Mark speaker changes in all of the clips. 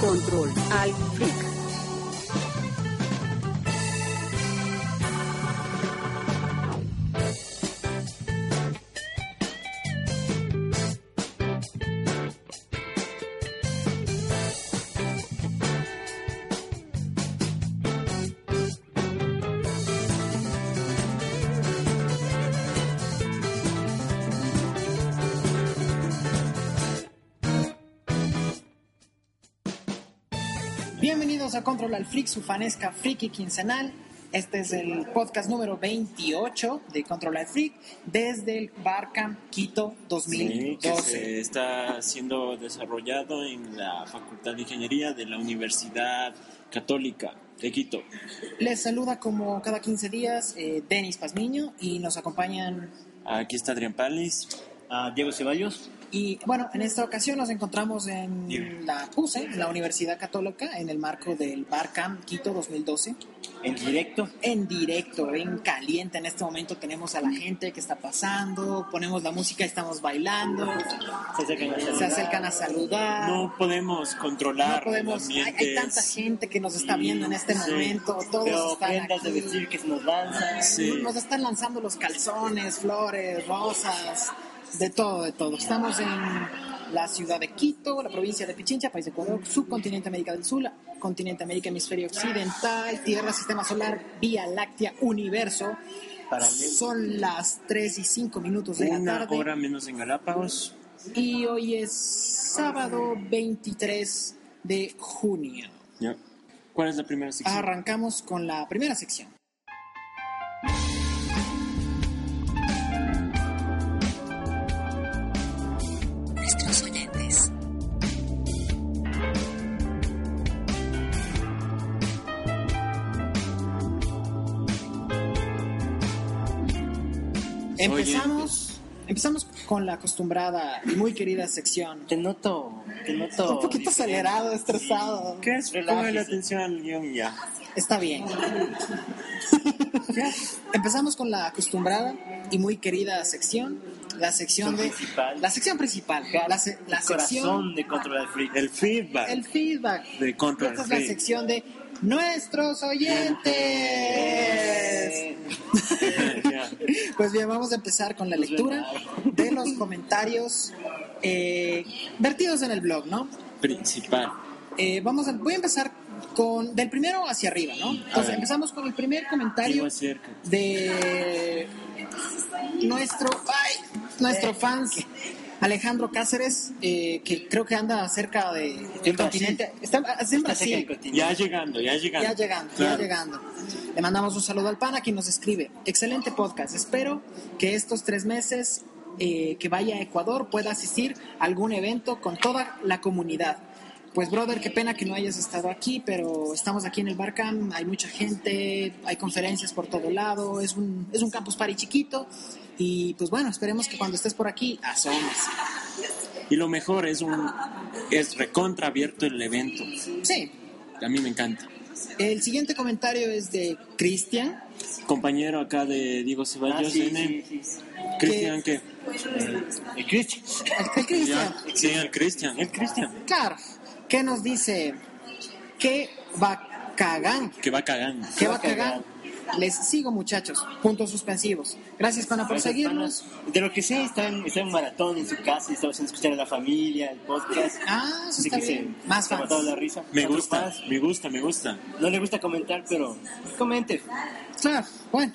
Speaker 1: Control
Speaker 2: Ah.
Speaker 1: al Freak.
Speaker 2: Bienvenidos a Control al Freak, su fanesca friki quincenal. Este es el podcast número 28 de Control al Freak desde el Barcamp Quito
Speaker 3: Sí, que
Speaker 2: 2012.
Speaker 3: se está siendo desarrollado en la Facultad de Ingeniería de la Universidad Católica de Quito.
Speaker 2: Les saluda como cada 15 días eh, Denis Pazmiño y nos acompañan.
Speaker 3: Aquí está Adrián Palis.
Speaker 4: a Diego Ceballos.
Speaker 2: Y bueno, en esta ocasión nos encontramos en la UCE, en la Universidad Católica, en el marco del Barcamp Quito 2012.
Speaker 4: En directo,
Speaker 2: en directo, en caliente. En este momento tenemos a la gente que está pasando, ponemos la música, estamos bailando,
Speaker 4: se acercan a
Speaker 2: se
Speaker 4: saludar.
Speaker 2: acercan a saludar. No,
Speaker 3: No podemos controlar
Speaker 2: Ah. podemos,
Speaker 3: los
Speaker 2: hay, hay
Speaker 3: ambientes.
Speaker 2: tanta gente que nos está viendo en este
Speaker 3: Sí.
Speaker 2: momento, todos
Speaker 4: Veo
Speaker 2: están
Speaker 4: prendas
Speaker 2: aquí.
Speaker 4: de vestir que se nos lanzan.
Speaker 3: Sí.
Speaker 2: Nos están lanzando los calzones, flores, rosas, de todo, de todo. Estamos en la ciudad de Quito, la provincia de Pichincha, país de Ecuador, subcontinente América del Sur, continente América, hemisferio occidental, tierra, sistema solar, vía láctea, universo.
Speaker 4: Paralelo.
Speaker 2: Son las 3 y 5 minutos de la
Speaker 3: Una
Speaker 2: tarde.
Speaker 3: hora menos en Galápagos.
Speaker 2: Y hoy es sábado 23 de junio.
Speaker 3: Ya. ¿Cuál es la primera sección?
Speaker 2: Ah, Arrancamos con la primera sección.
Speaker 1: Nuestros oyentes.
Speaker 2: Empezamos, empezamos con la acostumbrada y muy querida sección.
Speaker 4: Te noto, te noto.
Speaker 2: Un
Speaker 4: diferente.
Speaker 2: poquito acelerado, estresado.
Speaker 3: ¿Qué es?
Speaker 4: Relájese.
Speaker 3: Ponga la atención al guión y ya.
Speaker 2: Está bien. Empezamos con la acostumbrada y muy querida sección. La
Speaker 4: Su
Speaker 2: sección de.
Speaker 4: principal.
Speaker 2: La sección principal. La, se- la
Speaker 4: El corazón
Speaker 2: sección.
Speaker 4: de Control al Freak.
Speaker 3: El feedback.
Speaker 2: El feedback.
Speaker 3: De Control
Speaker 2: Esta es la
Speaker 3: Freak.
Speaker 2: sección de nuestros oyentes.
Speaker 3: Ya.
Speaker 2: Pues bien, vamos a empezar con la
Speaker 4: Pues
Speaker 2: lectura de los comentarios eh, vertidos en el blog, ¿no?
Speaker 3: Principal.
Speaker 2: Eh, vamos a, voy a empezar con del primero hacia arriba, ¿no? Entonces
Speaker 3: ver.
Speaker 2: empezamos con el primer
Speaker 3: Digo
Speaker 2: comentario
Speaker 3: acerca.
Speaker 2: de nuestro, ay, nuestro fan Alejandro Cáceres, eh, que creo que anda cerca de del
Speaker 4: Brasil.
Speaker 2: continente. Está, está en
Speaker 4: Está cerca
Speaker 2: Brasil.
Speaker 4: del continente.
Speaker 3: Ya llegando, ya llegando.
Speaker 2: Ya llegando, ya
Speaker 3: Claro.
Speaker 2: llegando. Le mandamos un saludo al pana quien nos escribe. Excelente podcast. Espero que estos tres meses eh, que vaya a Ecuador pueda asistir a algún evento con toda la comunidad. Pues brother, qué pena que no hayas estado aquí, pero estamos aquí en el Barcam, hay mucha gente, hay conferencias por todo lado, es un, es un campus party chiquito y pues bueno, esperemos que cuando estés por aquí asomes.
Speaker 3: Y lo mejor es un es recontra abierto el evento.
Speaker 2: Sí,
Speaker 3: A mí me encanta.
Speaker 2: el siguiente comentario es de Cristian,
Speaker 3: Compañero acá de Diego
Speaker 4: Ah,
Speaker 3: Ceballos,
Speaker 4: sí,
Speaker 3: N.
Speaker 4: sí, sí.
Speaker 3: Cristian, ¿qué?
Speaker 4: El Christian.
Speaker 2: el, el Cristian.
Speaker 3: Ya. Sí, el Cristian, el Cristian.
Speaker 2: Claro, ¿qué nos dice? ¿Qué va cagán?
Speaker 3: Que va cagando.
Speaker 2: ¿Qué va cagán? Les sigo, muchachos. Puntos suspensivos. Gracias, pana, por seguirnos.
Speaker 4: De lo que sé, está en, está en maratón en su casa y está haciendo escuchar a la familia, el podcast.
Speaker 2: Ah, eso
Speaker 4: Así
Speaker 2: está
Speaker 4: que se-
Speaker 2: bien. Más
Speaker 4: se ha
Speaker 2: fans.
Speaker 4: matado la risa.
Speaker 3: Me
Speaker 4: Otro
Speaker 3: gusta,
Speaker 4: fans.
Speaker 3: me gusta, me gusta.
Speaker 4: No le gusta comentar, pero comente.
Speaker 2: Claro, bueno.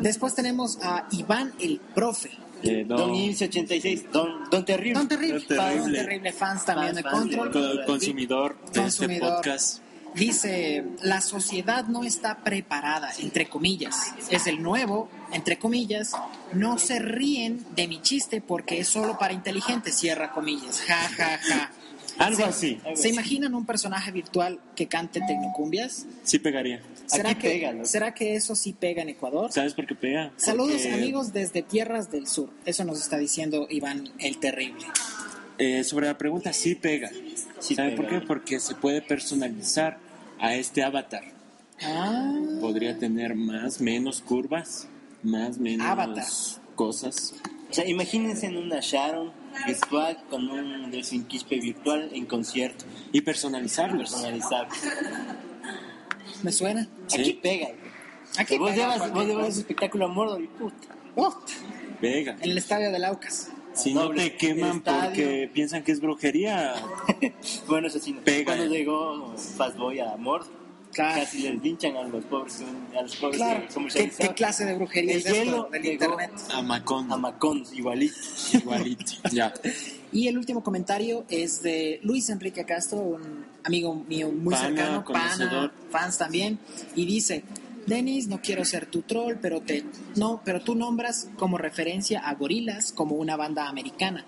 Speaker 2: Después tenemos a Iván el Profe.
Speaker 3: Eh, no.
Speaker 4: Don Ilse 86, Don, don Terrible.
Speaker 2: Don Terrible.
Speaker 3: Don Terrible.
Speaker 2: Don Terrible fans también
Speaker 4: Fans,
Speaker 2: de
Speaker 4: fans de
Speaker 2: Control.
Speaker 3: Co- consumidor de este
Speaker 2: Consumidor.
Speaker 3: podcast.
Speaker 2: Dice, la sociedad no está preparada, entre comillas. Es el nuevo, entre comillas. No se ríen de mi chiste porque es solo para inteligentes, cierra comillas. Ja, ja, ja.
Speaker 3: Algo así.
Speaker 2: ¿Se imaginan un personaje virtual que cante tecnocumbias?
Speaker 3: Sí pegaría.
Speaker 2: ¿Será,
Speaker 4: Aquí
Speaker 2: que,
Speaker 4: pega, ¿no?
Speaker 2: ¿Será que eso sí pega en Ecuador?
Speaker 3: ¿Sabes por qué pega?
Speaker 2: Saludos
Speaker 3: Porque,
Speaker 2: amigos desde Tierras del Sur. Eso nos está diciendo Iván el Terrible.
Speaker 3: eh, sobre la pregunta, sí pega.
Speaker 4: Sí
Speaker 3: ¿Saben por
Speaker 4: pega.
Speaker 3: qué? Porque se puede personalizar a este avatar.
Speaker 2: Ah,
Speaker 3: Podría tener más, menos curvas, más, menos
Speaker 2: Avatar.
Speaker 3: cosas.
Speaker 4: O sea, imagínense en una Sharon virtual con un desinquispe virtual en concierto.
Speaker 3: Y personalizarlos.
Speaker 4: Personalizado.
Speaker 2: ¿Me suena?
Speaker 3: Sí.
Speaker 4: Aquí pega. güey.
Speaker 2: Aquí
Speaker 4: vos
Speaker 2: pega
Speaker 4: llevas, vos
Speaker 2: cualquier
Speaker 4: llevas
Speaker 2: cosa.
Speaker 4: ese espectáculo a Mordor y puta.
Speaker 2: Uf,
Speaker 3: Vega.
Speaker 2: Oh, En el estadio del Aucas.
Speaker 3: Si no
Speaker 4: Doble
Speaker 3: te queman
Speaker 4: estadio.
Speaker 3: porque piensan que es brujería.
Speaker 4: Bueno, eso sí, no.
Speaker 3: Pega.
Speaker 4: cuando llegó Fast Boy a Mordor,
Speaker 2: Claro.
Speaker 4: casi les linchan a los pobres, a los pobres
Speaker 2: Claro.
Speaker 4: que
Speaker 2: ¿Qué,
Speaker 4: comercializaban.
Speaker 2: qué clase de brujería
Speaker 4: El
Speaker 2: es esto
Speaker 4: hielo
Speaker 2: del
Speaker 4: llegó
Speaker 2: internet?
Speaker 3: A Macón.
Speaker 4: A Macón, igualito.
Speaker 3: Igualito. ya.
Speaker 2: Y el último comentario es de Luis Enrique Castro, un amigo mío muy
Speaker 3: Pana,
Speaker 2: cercano, pana,
Speaker 3: conocedor.
Speaker 2: fans también, y dice, Denis, no quiero ser tu troll, pero te no, pero tú nombras como referencia a Gorillaz como una banda americana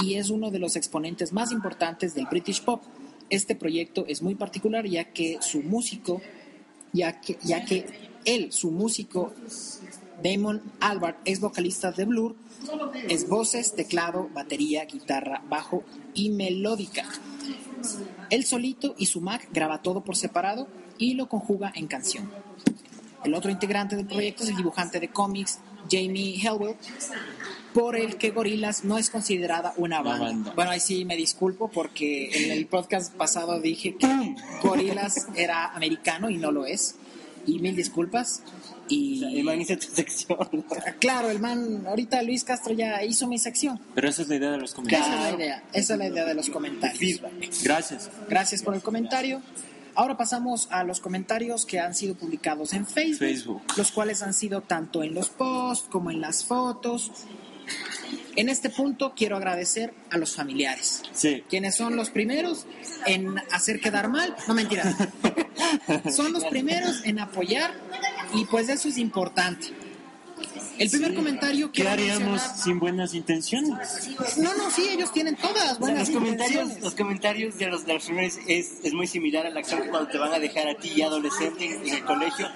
Speaker 2: y es uno de los exponentes más importantes del British Pop. Este proyecto es muy particular ya que su músico, ya que, ya que él, su músico Damon Albert es vocalista de Blur, es voces, teclado, batería, guitarra, bajo y melódica. Él solito y su Mac graba todo por separado y lo conjuga en canción. El otro integrante del proyecto es el dibujante de cómics Jamie Helwell, por el que Gorillaz no es considerada una
Speaker 3: Una
Speaker 2: banda.
Speaker 3: banda.
Speaker 2: Bueno, ahí sí me disculpo porque en el podcast pasado dije que Gorillaz era americano y no lo es. Y mil disculpas.
Speaker 4: O sea,
Speaker 2: Y
Speaker 4: el man hizo tu sección. ¿no?
Speaker 2: Claro, el man, ahorita Luis Castro ya hizo mi sección.
Speaker 3: Pero esa es la idea de los comentarios.
Speaker 2: Esa es la idea, esa es la idea de los comentarios.
Speaker 4: Feedback.
Speaker 3: Gracias.
Speaker 2: Gracias por el comentario. Ahora pasamos a los comentarios que han sido publicados en Facebook,
Speaker 3: Facebook.
Speaker 2: los cuales han sido tanto en los posts como en las fotos. En este punto quiero agradecer a los familiares,
Speaker 3: Sí.
Speaker 2: quienes son los primeros en hacer quedar mal, no mentira, son los primeros en apoyar y pues eso es importante. El primer comentario
Speaker 3: ¿Qué
Speaker 2: quiero
Speaker 3: haríamos
Speaker 2: mencionar-
Speaker 3: sin buenas intenciones?
Speaker 2: No, no, sí, ellos tienen todas
Speaker 4: O sea,
Speaker 2: buenas
Speaker 4: los comentarios,
Speaker 2: intenciones.
Speaker 4: los comentarios de los de los primeros es, es muy similar a la acción que cuando te van a dejar a ti ya adolescente en, en el colegio,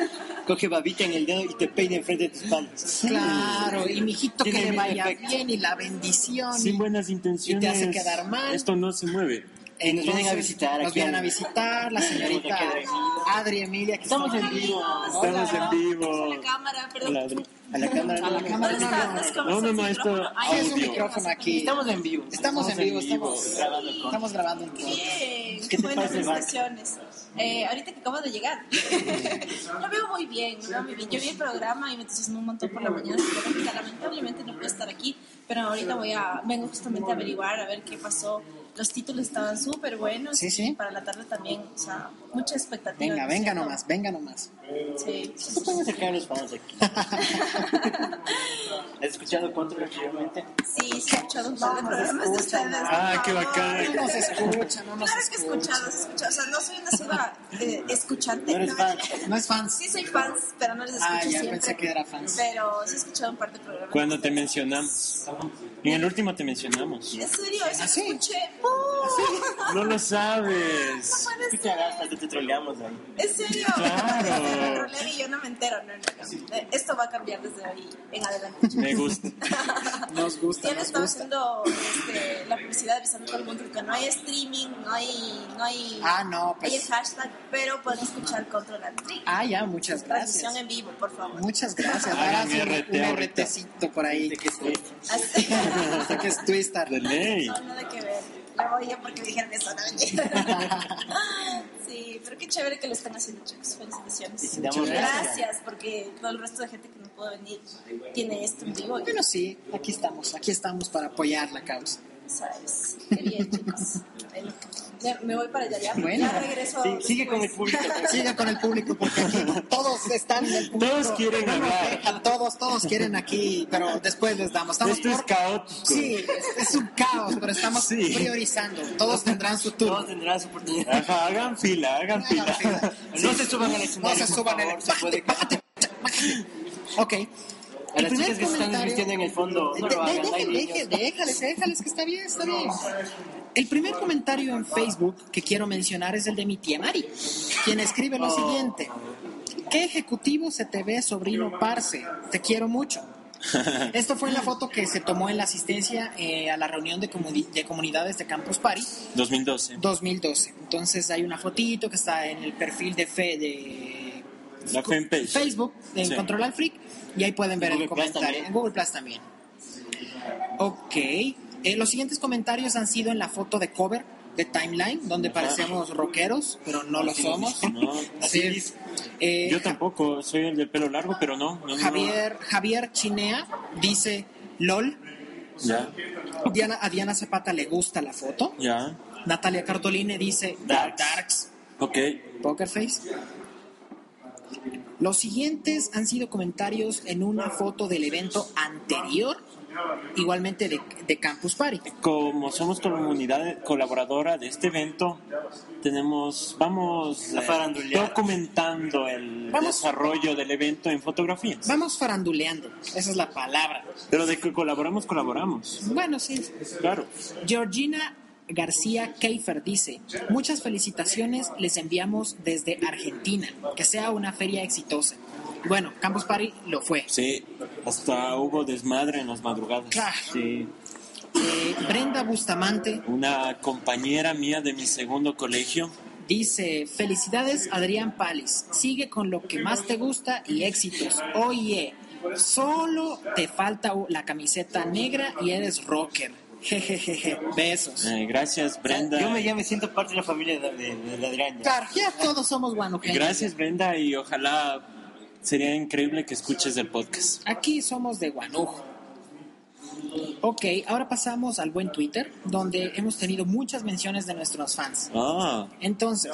Speaker 4: coge babita en el dedo y te peina enfrente de tus padres.
Speaker 2: Claro, y mijito que
Speaker 4: Tiene
Speaker 2: le
Speaker 4: el mismo
Speaker 2: vaya
Speaker 4: efecto.
Speaker 2: bien y la bendición. y-
Speaker 3: Sin buenas intenciones.
Speaker 2: hace quedar mal.
Speaker 3: Esto no se mueve.
Speaker 4: Y Eh, nos vienen a
Speaker 2: Entonces,
Speaker 4: visitar
Speaker 2: Nos
Speaker 4: aquí
Speaker 2: vienen
Speaker 4: al-
Speaker 2: a visitar la señorita
Speaker 4: Tenemos aquí
Speaker 2: Adri Emilia. Que
Speaker 4: Estamos
Speaker 2: está-
Speaker 4: en vivo.
Speaker 3: Estamos en vivo.
Speaker 1: A la cámara, perdón.
Speaker 3: La-
Speaker 4: A la cámara.
Speaker 2: A la
Speaker 4: no,
Speaker 2: cámara, no, no, no.
Speaker 1: Estás
Speaker 3: No, no, no,
Speaker 1: con
Speaker 3: esto-
Speaker 1: micrófono.
Speaker 2: Sí, es un
Speaker 3: Audio.
Speaker 2: micrófono aquí.
Speaker 4: Estamos en vivo.
Speaker 2: Estamos en vivo, estamos
Speaker 4: grabando con-
Speaker 2: Estamos grabando un podcast.
Speaker 1: Bien,
Speaker 4: ¿Qué te
Speaker 1: buenas
Speaker 4: pasa, Iván?
Speaker 1: sensaciones. Eh, ahorita que acabo de llegar. Lo veo muy bien, lo veo muy bien. Yo vi el programa y me entusiasmó un montón por la mañana. psicológica. Lamentablemente no puedo estar aquí, pero ahorita voy a, vengo justamente a averiguar, a ver qué pasó. Los títulos estaban súper buenos.
Speaker 2: Sí, sí.
Speaker 1: Y para la tarde también, o sea, mucha expectativa.
Speaker 2: Venga,
Speaker 1: ¿no es
Speaker 2: venga
Speaker 1: cierto?
Speaker 2: nomás, venga nomás.
Speaker 1: Sí, sí,
Speaker 4: Se pueden acercar los fans aquí. ¿Has escuchado Control anteriormente?
Speaker 1: sí, he escuchado un par de programas de ustedes.
Speaker 3: Ah, qué
Speaker 1: por favor.
Speaker 3: bacán.
Speaker 2: No nos escucha, no nos
Speaker 1: Claro que
Speaker 2: escucha.
Speaker 1: he escuchado, he escuchado. O sea, no soy una ciudad escuchante.
Speaker 4: No eres fan.
Speaker 2: No es fans.
Speaker 1: Sí soy fans, pero no les escucho
Speaker 2: Ah, ya
Speaker 1: siempre.
Speaker 2: pensé que era fans.
Speaker 1: Pero sí he escuchado un par de programas.
Speaker 3: Cuando te mencionamos. En el último te mencionamos.
Speaker 1: En serio, eso
Speaker 2: ¿Ah, sí?
Speaker 1: escuché. ¡Uh!
Speaker 3: No lo sabes.
Speaker 1: No puede
Speaker 4: ¿Qué te
Speaker 1: ser.
Speaker 4: harás? Hasta te troleamos ahí.
Speaker 1: En serio. Este,
Speaker 3: Claro.
Speaker 1: Me trolean y yo no me entero. No, no, no. Eh, Esto va a cambiar desde hoy en adelante.
Speaker 3: Me gusta.
Speaker 2: Nos
Speaker 1: Ya
Speaker 2: gusta,
Speaker 1: le
Speaker 2: nos
Speaker 1: estaba
Speaker 2: gusta.
Speaker 1: haciendo este, la publicidad avisando a todo el mundo que no hay streaming, no hay. No hay
Speaker 2: Ah, no, pues.
Speaker 1: Hay el hashtag, pero pueden escuchar Control and Trick.
Speaker 2: Ah, ya, muchas
Speaker 1: Transmisión
Speaker 2: gracias.
Speaker 1: en vivo, por favor.
Speaker 2: Muchas gracias.
Speaker 3: Hagan
Speaker 2: Darás un,
Speaker 3: RT
Speaker 2: un
Speaker 3: ahorita.
Speaker 2: RTcito por ahí.
Speaker 4: ¿De qué es esto?
Speaker 1: Así-
Speaker 2: Hasta que es Twister.
Speaker 3: De ley.
Speaker 1: No, nada que ver. La voy a porque dijeron eso, no mentira. Sí, pero qué chévere que lo están haciendo, chicos.
Speaker 4: Y si
Speaker 1: Felicitaciones.
Speaker 4: damos gracias.
Speaker 1: Gracias, porque todo el resto de gente que no pudo venir tiene esto en vivo.
Speaker 2: Bueno, sí, aquí estamos, aquí estamos para apoyar la causa.
Speaker 1: ¿Sabes? Qué bien, chicos. Bueno, ya me voy para allá, ya.
Speaker 2: Bueno.
Speaker 1: ya regreso.
Speaker 4: Sí, sigue con el público. pues.
Speaker 2: Siga con el público porque aquí todos están en el público.
Speaker 3: Todos quieren
Speaker 2: No nos
Speaker 3: hablar.
Speaker 2: dejan, todos, todos quieren aquí, pero después les damos. Estamos
Speaker 3: Esto es
Speaker 2: por-
Speaker 3: caótico.
Speaker 2: Sí, es, es un caos, pero estamos
Speaker 3: Sí.
Speaker 2: priorizando. Todos tendrán su
Speaker 4: Todos
Speaker 2: turno.
Speaker 4: tendrán su oportunidad.
Speaker 3: Ajá, hagan fila, hagan
Speaker 2: Hagan
Speaker 3: fila.
Speaker 2: fila.
Speaker 4: No se suban al
Speaker 2: No
Speaker 4: escenario.
Speaker 2: se
Speaker 4: por
Speaker 2: suban en
Speaker 4: favor,
Speaker 2: el.
Speaker 4: se puede
Speaker 2: Bájate, bájate. Ok.
Speaker 4: A las chicas que se están divirtiendo en el fondo, no lo hagan. hay niños.
Speaker 2: Déjales, déjales, déjales, que está bien, está bien. El primer comentario en Facebook que quiero mencionar es el de mi tía Mari, quien escribe lo siguiente. ¿Qué ejecutivo se te ve, sobrino Parce? Te quiero mucho. Esto fue la foto que se tomó en la asistencia eh, a la reunión de, comuni- de comunidades de Campus Party
Speaker 3: 2012.
Speaker 2: 2012. Entonces hay una fotito que está en el perfil de fe de
Speaker 3: La fanpage.
Speaker 2: Facebook en
Speaker 3: Sí.
Speaker 2: Control al Freak y ahí pueden ver
Speaker 4: En
Speaker 2: el
Speaker 4: Google Plus
Speaker 2: comentario.
Speaker 4: también.
Speaker 2: En Google Plus también. Ok. Eh, los siguientes comentarios han sido en la foto de cover de Timeline, donde
Speaker 3: Ajá.
Speaker 2: parecemos rockeros, pero no lo
Speaker 3: Así nos
Speaker 2: somos.
Speaker 3: dicen, ¿no?
Speaker 2: Así
Speaker 4: Sí.
Speaker 2: es. Eh,
Speaker 3: Yo tampoco, soy el de pelo largo, pero no. no, no.
Speaker 2: Javier, Javier Chinea dice, LOL,
Speaker 3: Ya,
Speaker 2: Diana, a Diana Zapata le gusta la foto.
Speaker 3: ya.
Speaker 2: Natalia Cartoline dice,
Speaker 3: Darks.
Speaker 2: Darks.
Speaker 3: Ok.
Speaker 2: Poker Face. Los siguientes han sido comentarios en una foto del evento anterior, igualmente de, de Campus Party.
Speaker 3: Como somos comunidad colaboradora de este evento, tenemos, vamos
Speaker 4: La
Speaker 3: eh,
Speaker 4: faranduleada.
Speaker 3: documentando el
Speaker 2: Vamos.
Speaker 3: desarrollo del evento en fotografías.
Speaker 2: Vamos faranduleando, esa es la palabra.
Speaker 3: Pero de que colaboramos, colaboramos.
Speaker 2: Bueno, sí.
Speaker 3: Claro.
Speaker 2: Georgina García Keifer dice, muchas felicitaciones les enviamos desde Argentina, que sea una feria exitosa. Bueno, Campus Party lo fue.
Speaker 3: Sí, hasta hubo desmadre en las madrugadas.
Speaker 2: Claro.
Speaker 3: Sí.
Speaker 2: Eh, Brenda Bustamante
Speaker 3: Una compañera mía de mi segundo colegio
Speaker 2: Dice, felicidades Adrián Palis, sigue con lo que más te gusta y éxitos. Oye, solo te falta la camiseta negra y eres rocker. Jejejeje, besos.
Speaker 3: Eh, gracias, Brenda.
Speaker 4: Yo me, ya me siento parte de la familia de, de, de Adrián. ya.
Speaker 2: Claro, ya todos somos guanujeños.
Speaker 3: Gracias, Brenda, y ojalá sería increíble que escuches el podcast.
Speaker 2: Aquí somos de Guanujo. Ok, ahora pasamos al buen Twitter, donde hemos tenido muchas menciones de nuestros fans.
Speaker 3: Ah,
Speaker 2: Entonces,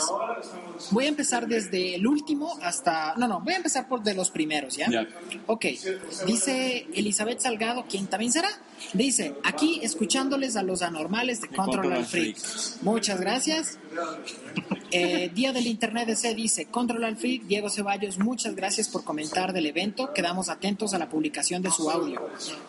Speaker 2: voy a empezar desde el último hasta... No, no, voy a empezar por de los primeros, ¿ya?
Speaker 3: Ya.
Speaker 2: Ok, dice Elizabeth Salgado, quien también será, dice, aquí escuchándoles a los anormales de Control
Speaker 3: Control
Speaker 2: al Freak.
Speaker 3: Freak.
Speaker 2: Muchas gracias. Eh, Día del Internet DC dice, Control al Freak, Diego Ceballos, muchas gracias por comentar del evento, quedamos atentos a la publicación de su audio.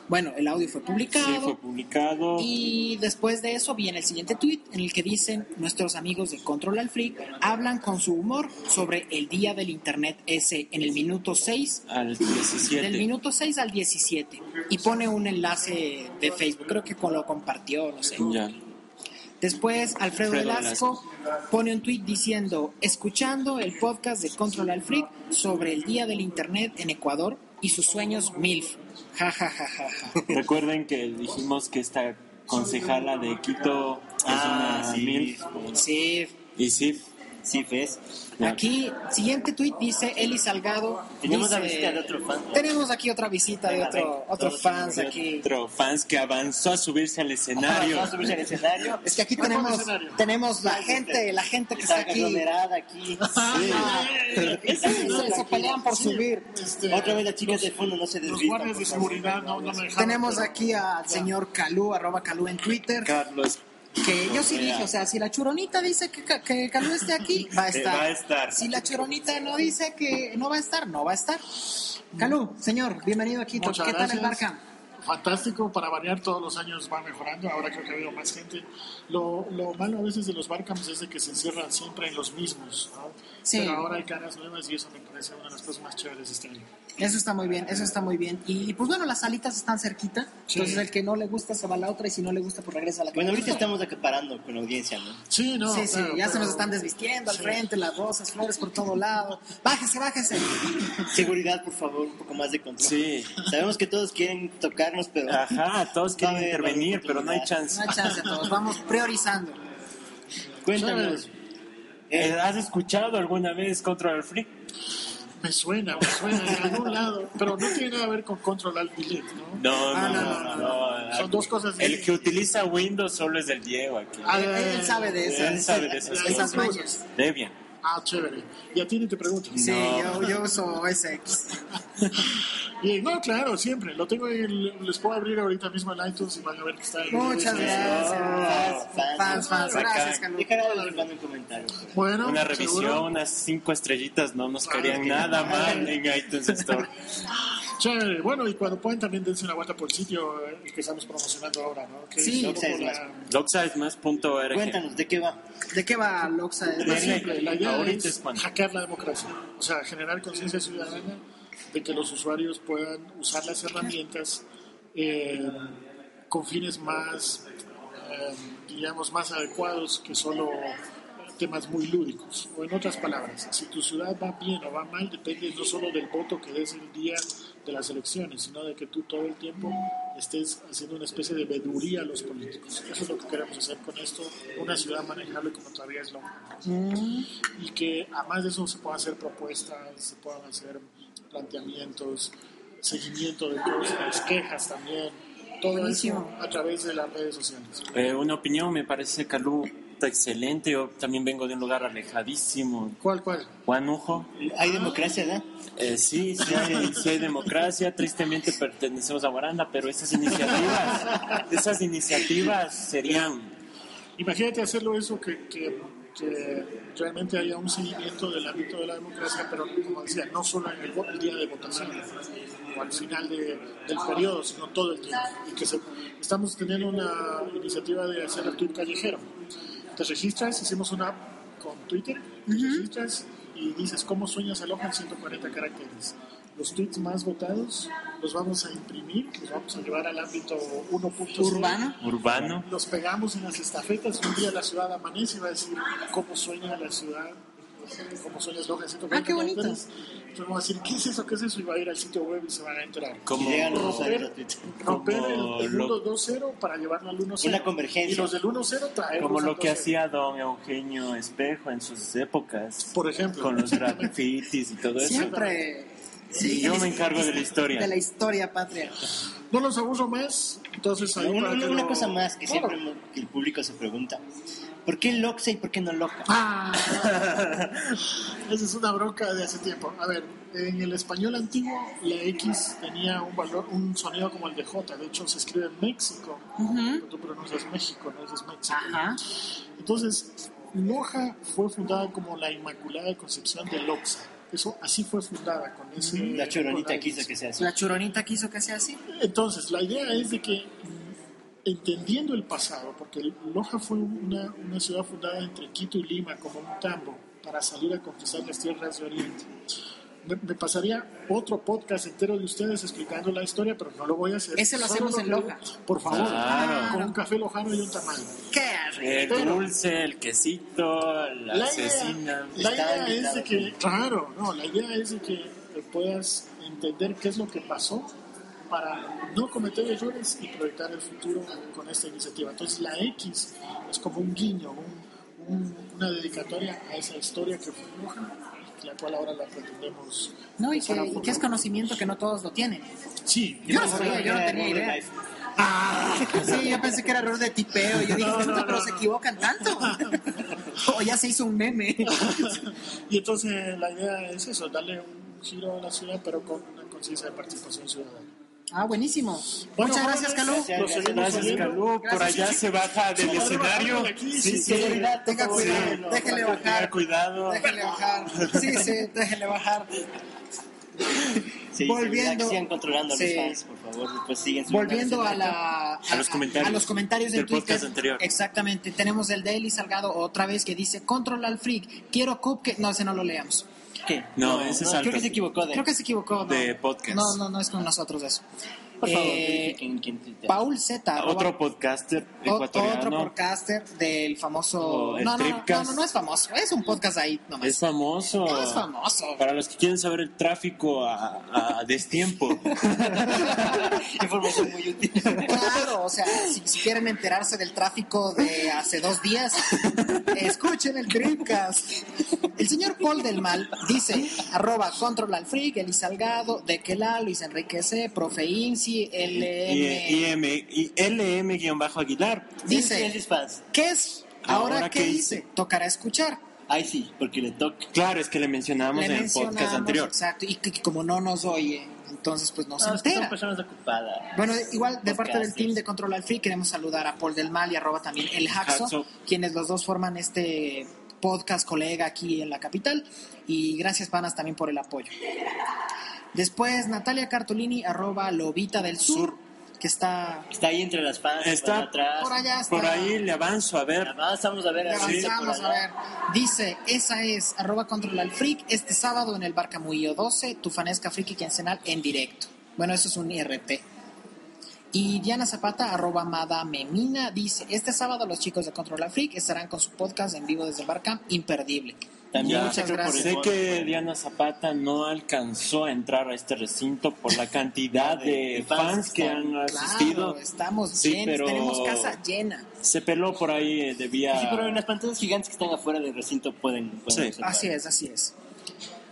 Speaker 2: Bueno, el audio fue publicado.
Speaker 3: sí, fue publicado.
Speaker 2: Ah, Y después de eso viene el siguiente tweet en el que dicen nuestros amigos de Control al Freak hablan con su humor sobre el día del Internet S en el minuto 6,
Speaker 3: Al
Speaker 2: del
Speaker 3: 17.
Speaker 2: minuto 6 al 17 y pone un enlace de Facebook, creo que con- lo compartió, no sé.
Speaker 3: Ya.
Speaker 2: Después Alfredo
Speaker 3: Alfredo
Speaker 2: Velasco pone un tweet diciendo, escuchando el podcast de Control al Freak sobre el día del Internet en Ecuador y sus sueños MILF. Ja, ja, ja, ja, ja.
Speaker 3: Recuerden que dijimos que esta concejala de Quito es
Speaker 4: Ah,
Speaker 3: una
Speaker 4: sí.
Speaker 3: mil.
Speaker 2: Sí,
Speaker 3: Y sí,
Speaker 4: Sí, ¿ves?
Speaker 3: ya.
Speaker 2: Aquí, siguiente tweet dice Eli Salgado.
Speaker 4: Tenemos
Speaker 2: dice-
Speaker 4: la visita de otro fan.
Speaker 2: Tenemos aquí otra visita de
Speaker 4: Venga,
Speaker 2: otro,
Speaker 4: venga,
Speaker 2: otro
Speaker 4: todos
Speaker 2: fans
Speaker 4: tenemos
Speaker 2: aquí.
Speaker 3: Otro fans que avanzó a subirse al escenario.
Speaker 4: Vamos a subirse al escenario.
Speaker 2: Es que aquí
Speaker 4: ¿Cuál
Speaker 2: tenemos,
Speaker 4: escenario?
Speaker 2: tenemos la gente, la gente que
Speaker 4: Está
Speaker 2: está aquí.
Speaker 4: aglomerada aquí.
Speaker 2: Ajá. Sí, se, se pelean por subir.
Speaker 5: Este,
Speaker 4: Otra vez las chicas de fondo no se
Speaker 5: los
Speaker 4: desvían.
Speaker 5: guardias de seguridad no, no me dejaron.
Speaker 2: Tenemos
Speaker 5: pero-
Speaker 2: aquí al señor Calú, arroba Calú en Twitter,
Speaker 3: Carlos.
Speaker 2: que yo sí dije, o sea, si la churonita dice que, Ca- que Calú esté aquí, va a
Speaker 3: Eh,
Speaker 2: estar.
Speaker 3: va a estar.
Speaker 2: Si la churonita no dice que no va a estar, no va a estar. Calú, señor, bienvenido aquí. ¿Qué
Speaker 5: Muchas
Speaker 2: tal el
Speaker 5: gracias.
Speaker 2: Barca?
Speaker 5: Fantástico, para variar, todos los años va mejorando, ahora creo que ha habido más gente. Lo, lo malo a veces de los barcams es de que se encierran siempre en los mismos, ¿no?
Speaker 2: Sí.
Speaker 5: Pero ahora hay caras nuevas y eso me parece una de las cosas más chéveres de este año.
Speaker 2: Eso está muy bien, eso está muy bien. Y pues bueno, las salitas están cerquita.
Speaker 5: Sí.
Speaker 2: Entonces el que no le gusta se va a la otra y si no le gusta pues regresa a la que
Speaker 4: Bueno,
Speaker 2: le
Speaker 4: ahorita
Speaker 2: gusta.
Speaker 4: estamos acaparando con la audiencia, ¿no?
Speaker 5: Sí, no,
Speaker 2: sí, sí,
Speaker 5: claro,
Speaker 2: ya se
Speaker 5: pero-
Speaker 2: nos están desvistiendo al
Speaker 5: Sí.
Speaker 2: frente, las rosas, flores por todo lado. Bájese, bájese.
Speaker 4: Seguridad, por favor, un poco más de control.
Speaker 3: Sí.
Speaker 4: Sabemos que todos quieren tocarnos, pero
Speaker 3: Ajá, todos quieren
Speaker 4: Va a haber
Speaker 3: intervenir,
Speaker 4: oportunidad.
Speaker 3: pero no hay
Speaker 2: No Eh.
Speaker 3: chance.
Speaker 2: hay chance a todos, vamos priorizando.
Speaker 4: cuéntanos.
Speaker 3: Eh, ¿Has escuchado alguna vez Control Freak?
Speaker 5: Me suena, me suena, de algún lado, pero no tiene nada que ver con Control Alt Delete, ¿no?
Speaker 3: No,
Speaker 2: Ah,
Speaker 3: no,
Speaker 2: no,
Speaker 3: no,
Speaker 2: no,
Speaker 3: no,
Speaker 5: Son dos cosas
Speaker 3: El que
Speaker 5: distintas.
Speaker 3: utiliza Windows solo es el Diego aquí.
Speaker 5: Ah,
Speaker 2: Él, él sabe de esas,
Speaker 3: Él sabe de esas
Speaker 2: de esas
Speaker 3: cosas.
Speaker 2: mañas.
Speaker 3: Debian.
Speaker 5: Ah, chévere. Y a ti ni te pregunto.
Speaker 2: Sí, yo, yo uso SX.
Speaker 5: Y, no, claro, siempre. Lo tengo y les puedo abrir ahorita mismo el iTunes y van a ver que está ahí. Este,
Speaker 2: Muchas
Speaker 5: Sí.
Speaker 2: gracias.
Speaker 4: fans,
Speaker 2: Fans, fans,
Speaker 3: bacán.
Speaker 2: gracias, Calú.
Speaker 4: Dejará de hablar en comentarios.
Speaker 5: Bueno,
Speaker 3: Una revisión,
Speaker 5: seguro.
Speaker 3: unas cinco estrellitas no nos caerían nada mal en iTunes Store.
Speaker 5: Chévere. Bueno, y cuando pueden también dense una vuelta por el sitio eh, que estamos promocionando ahora, ¿no? Que
Speaker 2: Sí,
Speaker 5: es un poco
Speaker 4: sí,
Speaker 5: la,
Speaker 3: Doxadesmas.org.
Speaker 4: Cuéntanos, ¿de qué va?
Speaker 2: ¿De qué va Loxa?
Speaker 5: más
Speaker 3: Denle.
Speaker 5: simple. La idea
Speaker 3: Ahorita
Speaker 5: es
Speaker 3: es cuando.
Speaker 5: hackear la democracia. O sea, generar conciencia ciudadana de que los usuarios puedan usar las herramientas eh, con fines más, eh, digamos, más adecuados que solo temas muy lúdicos. O en otras palabras, si tu ciudad va bien o va mal, depende no solo del voto que des el día de las elecciones, sino de que tú todo el tiempo estés haciendo una especie de veduría a los políticos. Eso es lo que queremos hacer con esto, una ciudad manejable como todavía es lo Y que además de eso se puedan hacer propuestas, se puedan hacer planteamientos, seguimiento de cosas, quejas también, todo eso a través de las redes sociales.
Speaker 3: Eh, una opinión, me parece Calú está excelente. Yo también vengo de un lugar alejadísimo.
Speaker 5: ¿Cuál, cuál?
Speaker 3: Juanujo.
Speaker 4: Hay democracia, ¿no?
Speaker 3: Eh, sí, sí hay, sí hay democracia. Tristemente pertenecemos a Guaranda, pero esas iniciativas, esas iniciativas serían
Speaker 5: Imagínate hacerlo eso que, que- que realmente haya un seguimiento del ámbito de la democracia, pero como decía, no solo en el, vo- el día de votación o al final de- del periodo, sino todo el tiempo. Y que se- estamos teniendo una iniciativa de hacer el tour callejero. Te registras, hicimos una app con Twitter, te registras y dices cómo sueñas el ojo en 140 caracteres. Los tweets más votados los vamos a imprimir, los vamos a llevar al ámbito 1.0
Speaker 2: Urbano.
Speaker 3: urbano.
Speaker 5: los pegamos en las estafetas y un día la ciudad amanece y va a decir cómo sueña la ciudad, cómo sueña el Loja,
Speaker 2: Ah, qué bonito.
Speaker 5: Entonces vamos a decir, ¿qué es eso? ¿Qué es eso? Y va a ir al sitio web y se van a enterar.
Speaker 3: Como,
Speaker 4: Llegan los dos años
Speaker 5: Romper,
Speaker 4: a Twitter.
Speaker 5: romper el, el
Speaker 3: lo-
Speaker 5: mundo 2-0 para llevarlo al 1-0.
Speaker 4: Una convergencia.
Speaker 5: Y los del 1-0 traerlos
Speaker 3: como lo
Speaker 5: al
Speaker 3: que
Speaker 5: 2-0.
Speaker 3: hacía don Eugenio Espejo en sus épocas.
Speaker 5: Por ejemplo.
Speaker 3: Con los grafitis y todo eso.
Speaker 2: Siempre.
Speaker 3: Sí, yo me encargo de la historia.
Speaker 2: De la historia patria.
Speaker 5: No los abuso más,
Speaker 2: pues,
Speaker 5: entonces ahí
Speaker 4: Una,
Speaker 5: para
Speaker 4: una-
Speaker 5: que
Speaker 4: una
Speaker 5: lo-
Speaker 4: cosa más que
Speaker 5: Claro.
Speaker 4: siempre hemos- que el público se pregunta: ¿por qué loxa y por qué no loca?
Speaker 5: Ah, esa es una bronca de hace tiempo. A ver, en el español antiguo la X tenía un valor, un sonido como el de J. De hecho se escribe en México. Pero Tú pronuncias México, no dices México.
Speaker 2: Ajá.
Speaker 5: Entonces, Loja fue fundada como la Inmaculada Concepción de Loxa. Eso así fue fundada con ese.
Speaker 4: Mm. La
Speaker 5: con
Speaker 4: choronita
Speaker 5: la
Speaker 4: quiso
Speaker 5: X.
Speaker 4: que sea así.
Speaker 2: La churonita quiso que sea así.
Speaker 5: Entonces, la idea es de que mm, entendiendo el pasado, porque Loja fue una, una ciudad fundada entre Quito y Lima como un tambo para salir a conquistar las tierras de Oriente. Me, me pasaría otro podcast entero de ustedes explicando la historia, pero no lo voy a hacer.
Speaker 2: Ese lo
Speaker 5: Solo
Speaker 2: hacemos en
Speaker 5: que-
Speaker 2: Loja.
Speaker 5: Por favor,
Speaker 3: Claro.
Speaker 5: con un café lojano y un tamal.
Speaker 2: ¡Qué arre!
Speaker 3: El dulce, el quesito, la,
Speaker 5: La idea,
Speaker 3: asesina.
Speaker 5: la
Speaker 4: Estaba
Speaker 5: idea es de
Speaker 4: invitado.
Speaker 5: que, claro, no, la idea es de que puedas entender qué es lo que pasó para no cometer errores y proyectar el futuro con esta iniciativa. Entonces la X es como un guiño, un- un- una dedicatoria a esa historia que fue Loja, la cual ahora la pretendemos.
Speaker 2: No, y
Speaker 5: pasar
Speaker 2: que,
Speaker 5: a
Speaker 2: y
Speaker 5: futuro.
Speaker 2: que es conocimiento que no todos lo tienen.
Speaker 5: Sí,
Speaker 2: Yo no sabía, yo no tenía
Speaker 4: Era
Speaker 2: idea.
Speaker 4: Herbalife.
Speaker 2: Sí, yo pensé que era error de tipeo. Yo dije, puta, pero se equivocan tanto. O ya se hizo un meme.
Speaker 5: y entonces la idea es eso, darle un giro a la ciudad, pero con una conciencia de participación ciudadana.
Speaker 2: Ah, buenísimo.
Speaker 5: Bueno,
Speaker 2: Muchas gracias,
Speaker 5: jóvenes,
Speaker 2: Calú.
Speaker 4: gracias.
Speaker 5: Nos seguimos
Speaker 3: Gracias,
Speaker 5: oyendo.
Speaker 3: Calú. Por allá se baja del
Speaker 5: Arriba,
Speaker 3: escenario.
Speaker 5: arriba, aquí,
Speaker 3: Sí,
Speaker 5: sí,
Speaker 3: sí.
Speaker 4: Seguridad, por
Speaker 2: Tenga
Speaker 4: favor.
Speaker 2: cuidado, déjele
Speaker 3: Tenga
Speaker 2: bajar.
Speaker 3: cuidado.
Speaker 2: Déjele bajar. Sí, sí, déjele bajar.
Speaker 4: Sí,
Speaker 2: Volviendo-
Speaker 4: seguridad, sigan controlando a los
Speaker 2: Sí.
Speaker 4: fans, por favor. Después siguen sus
Speaker 2: Volviendo
Speaker 4: imágenes.
Speaker 2: a, la,
Speaker 3: A los comentarios.
Speaker 2: a los comentarios en
Speaker 3: Del podcast
Speaker 2: Twitter.
Speaker 3: anterior.
Speaker 2: Exactamente. Tenemos el Daily Salgado otra vez que dice, control al freak, quiero cupcake. No, ese no lo leamos.
Speaker 4: ¿Qué?
Speaker 3: No, ese es alto.
Speaker 4: Creo que se equivocó de.
Speaker 2: Creo que se equivocó. ¿no?
Speaker 3: De podcast.
Speaker 2: No, no, no es con nosotros eso.
Speaker 4: Por favor,
Speaker 2: Eh,
Speaker 4: verifiquen quién tuitea.
Speaker 2: Paul Z. arroba-
Speaker 3: Otro podcaster
Speaker 2: o-
Speaker 3: ecuatoriano.
Speaker 2: otro podcaster del famoso...
Speaker 3: O el
Speaker 2: no, no, no, no,
Speaker 3: Tripcast.
Speaker 2: no, no es famoso. Es un podcast ahí nomás.
Speaker 3: Es famoso.
Speaker 2: No es famoso.
Speaker 3: Para los que quieren saber el tráfico a, a destiempo.
Speaker 4: Información muy útil.
Speaker 2: Claro, o sea, si, si quieren enterarse del tráfico de hace dos días, escuchen el Dreamcast. El señor Paul del Mal dice, arroba control al freak, Eli Salgado, Dequela, Luis Enrique C, Profe Inci,
Speaker 3: Y,
Speaker 2: LM.
Speaker 3: y, M- y LM-Aguilar.
Speaker 4: Sí, sí,
Speaker 2: Dice,
Speaker 4: es fans.
Speaker 2: ¿qué es? Ahora,
Speaker 3: Ahora,
Speaker 2: ¿qué
Speaker 3: ¿qué
Speaker 2: hice?
Speaker 3: hice?
Speaker 2: Tocará escuchar.
Speaker 4: Ay, sí, porque le toca.
Speaker 3: Claro, es que le mencionamos
Speaker 2: Le
Speaker 3: en el
Speaker 2: mencionamos,
Speaker 3: podcast anterior.
Speaker 2: Exacto, y que, que como no nos oye, entonces pues no se
Speaker 4: No, es que son
Speaker 2: entera.
Speaker 4: personas ocupadas.
Speaker 2: Bueno, de- igual de parte del
Speaker 4: Podcasters.
Speaker 2: team de Control al Free queremos saludar a Paul del Mal y arroba también el Haxo,
Speaker 3: Haxo.
Speaker 2: quienes los dos forman este podcast colega aquí en la capital. Y gracias, panas, también por el apoyo. Después, Natalia Cartolini, arroba Lobita del Sur, que está...
Speaker 4: Está ahí entre las fans.
Speaker 3: Está
Speaker 4: van atrás.
Speaker 2: Por allá está.
Speaker 3: Por ahí le avanzo a ver.
Speaker 4: Avanzamos a ver.
Speaker 2: Le
Speaker 4: a ver si está por
Speaker 2: avanzamos, a
Speaker 4: allá.
Speaker 2: ver. Dice, esa es, arroba control al freak, este sábado en el Barcamullo 12, tu fanesca friki quincenal en directo. Bueno, eso es un IRT. Y Diana Zapata, arroba madamemina, dice, este sábado los chicos de Controla Freak estarán con su podcast en vivo desde el Barcamp, imperdible.
Speaker 3: También
Speaker 2: Muchas
Speaker 3: sé que por-
Speaker 2: gracias.
Speaker 3: sé que Diana Zapata no alcanzó a entrar a este recinto por la cantidad de fans que han asistido.
Speaker 2: Claro, estamos
Speaker 3: Sí,
Speaker 2: llenos,
Speaker 3: pero-
Speaker 2: tenemos casa llena.
Speaker 3: Se peló por ahí eh, debía
Speaker 4: Sí, pero en las pantallas gigantes que están afuera del recinto pueden, pueden
Speaker 3: Sí.
Speaker 4: observar.
Speaker 2: Así es, así es.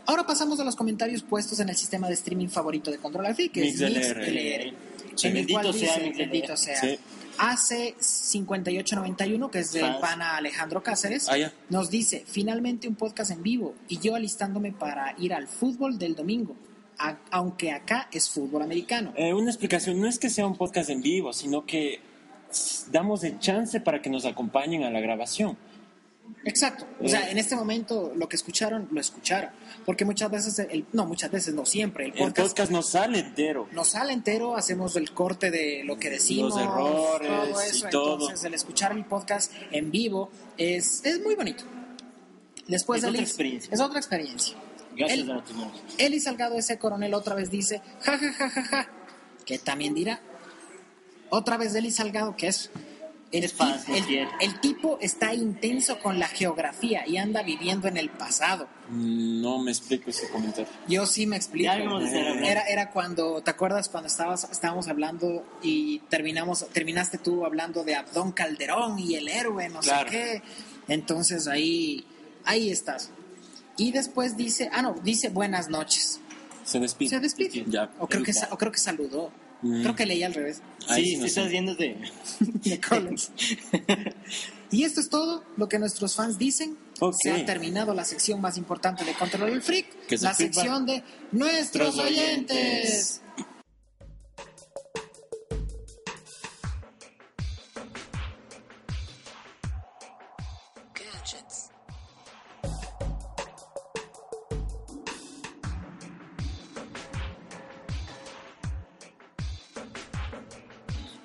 Speaker 2: Ahora pasamos a los comentarios puestos en el sistema de streaming favorito de Control Freak, que es
Speaker 3: MixLR.
Speaker 2: MixLR.
Speaker 4: Sí,
Speaker 2: en el
Speaker 4: bendito
Speaker 2: cual
Speaker 4: sea
Speaker 2: dice,
Speaker 4: MixLR.
Speaker 2: bendito sea.
Speaker 3: Sí.
Speaker 2: AC5891, que es del
Speaker 4: Fans.
Speaker 2: pana Alejandro Cáceres,
Speaker 3: Ah, ya.
Speaker 2: nos dice, finalmente un podcast en vivo, y yo alistándome para ir al fútbol del domingo, a- aunque acá es fútbol americano.
Speaker 3: Eh, una explicación, no es que sea un podcast en vivo, sino que damos el chance para que nos acompañen a la grabación.
Speaker 2: Exacto. O sea, en este momento lo que escucharon, lo escucharon. Porque muchas veces, el, no, muchas veces, no siempre, el
Speaker 3: El
Speaker 2: podcast,
Speaker 3: podcast no sale entero.
Speaker 2: nos sale entero, hacemos el corte de lo que decimos,
Speaker 3: Los errores
Speaker 2: todo
Speaker 3: y
Speaker 2: eso.
Speaker 3: todo.
Speaker 2: Entonces, el escuchar el podcast en vivo es, es muy bonito. Después
Speaker 4: Es
Speaker 2: de
Speaker 4: otra
Speaker 2: Liz-
Speaker 4: experiencia.
Speaker 2: Es otra experiencia.
Speaker 4: Gracias
Speaker 2: El-
Speaker 4: a la tecnología.
Speaker 2: Eli Salgado, ese coronel, otra vez dice, ja, ja, ja, ja, ja, que también dirá. Otra vez Eli Salgado, que es... El,
Speaker 4: Es fácil,
Speaker 2: ti- el-
Speaker 4: quiere.
Speaker 2: el tipo está intenso con la geografía y anda viviendo en el pasado.
Speaker 3: Mm, No me explico ese comentario.
Speaker 2: Yo sí me explico.
Speaker 4: Ya vamos a estar hablando.
Speaker 2: Era, era cuando, ¿te acuerdas cuando estabas, estábamos hablando y terminamos, terminaste tú hablando de Abdón Calderón y el héroe, no
Speaker 3: Claro.
Speaker 2: sé qué? Entonces ahí, ahí estás. Y después dice, ah no, dice buenas noches.
Speaker 3: Se despide.
Speaker 2: Se despide.
Speaker 3: Ya.
Speaker 2: o, creo que,
Speaker 3: Ya.
Speaker 2: sa- o creo que saludó.
Speaker 3: Mm.
Speaker 2: Creo que leí al revés.
Speaker 3: Ahí
Speaker 4: Sí,
Speaker 3: sí no
Speaker 4: sí,
Speaker 3: sé.
Speaker 4: estás viendo de...
Speaker 2: De Collins. y esto es todo lo que nuestros fans dicen.
Speaker 3: Ok.
Speaker 2: Se ha terminado la sección más importante de Control el Freak,
Speaker 3: Que se
Speaker 2: la
Speaker 3: feedback.
Speaker 2: sección de Nuestros
Speaker 3: Nuestros oyentes.
Speaker 2: oyentes.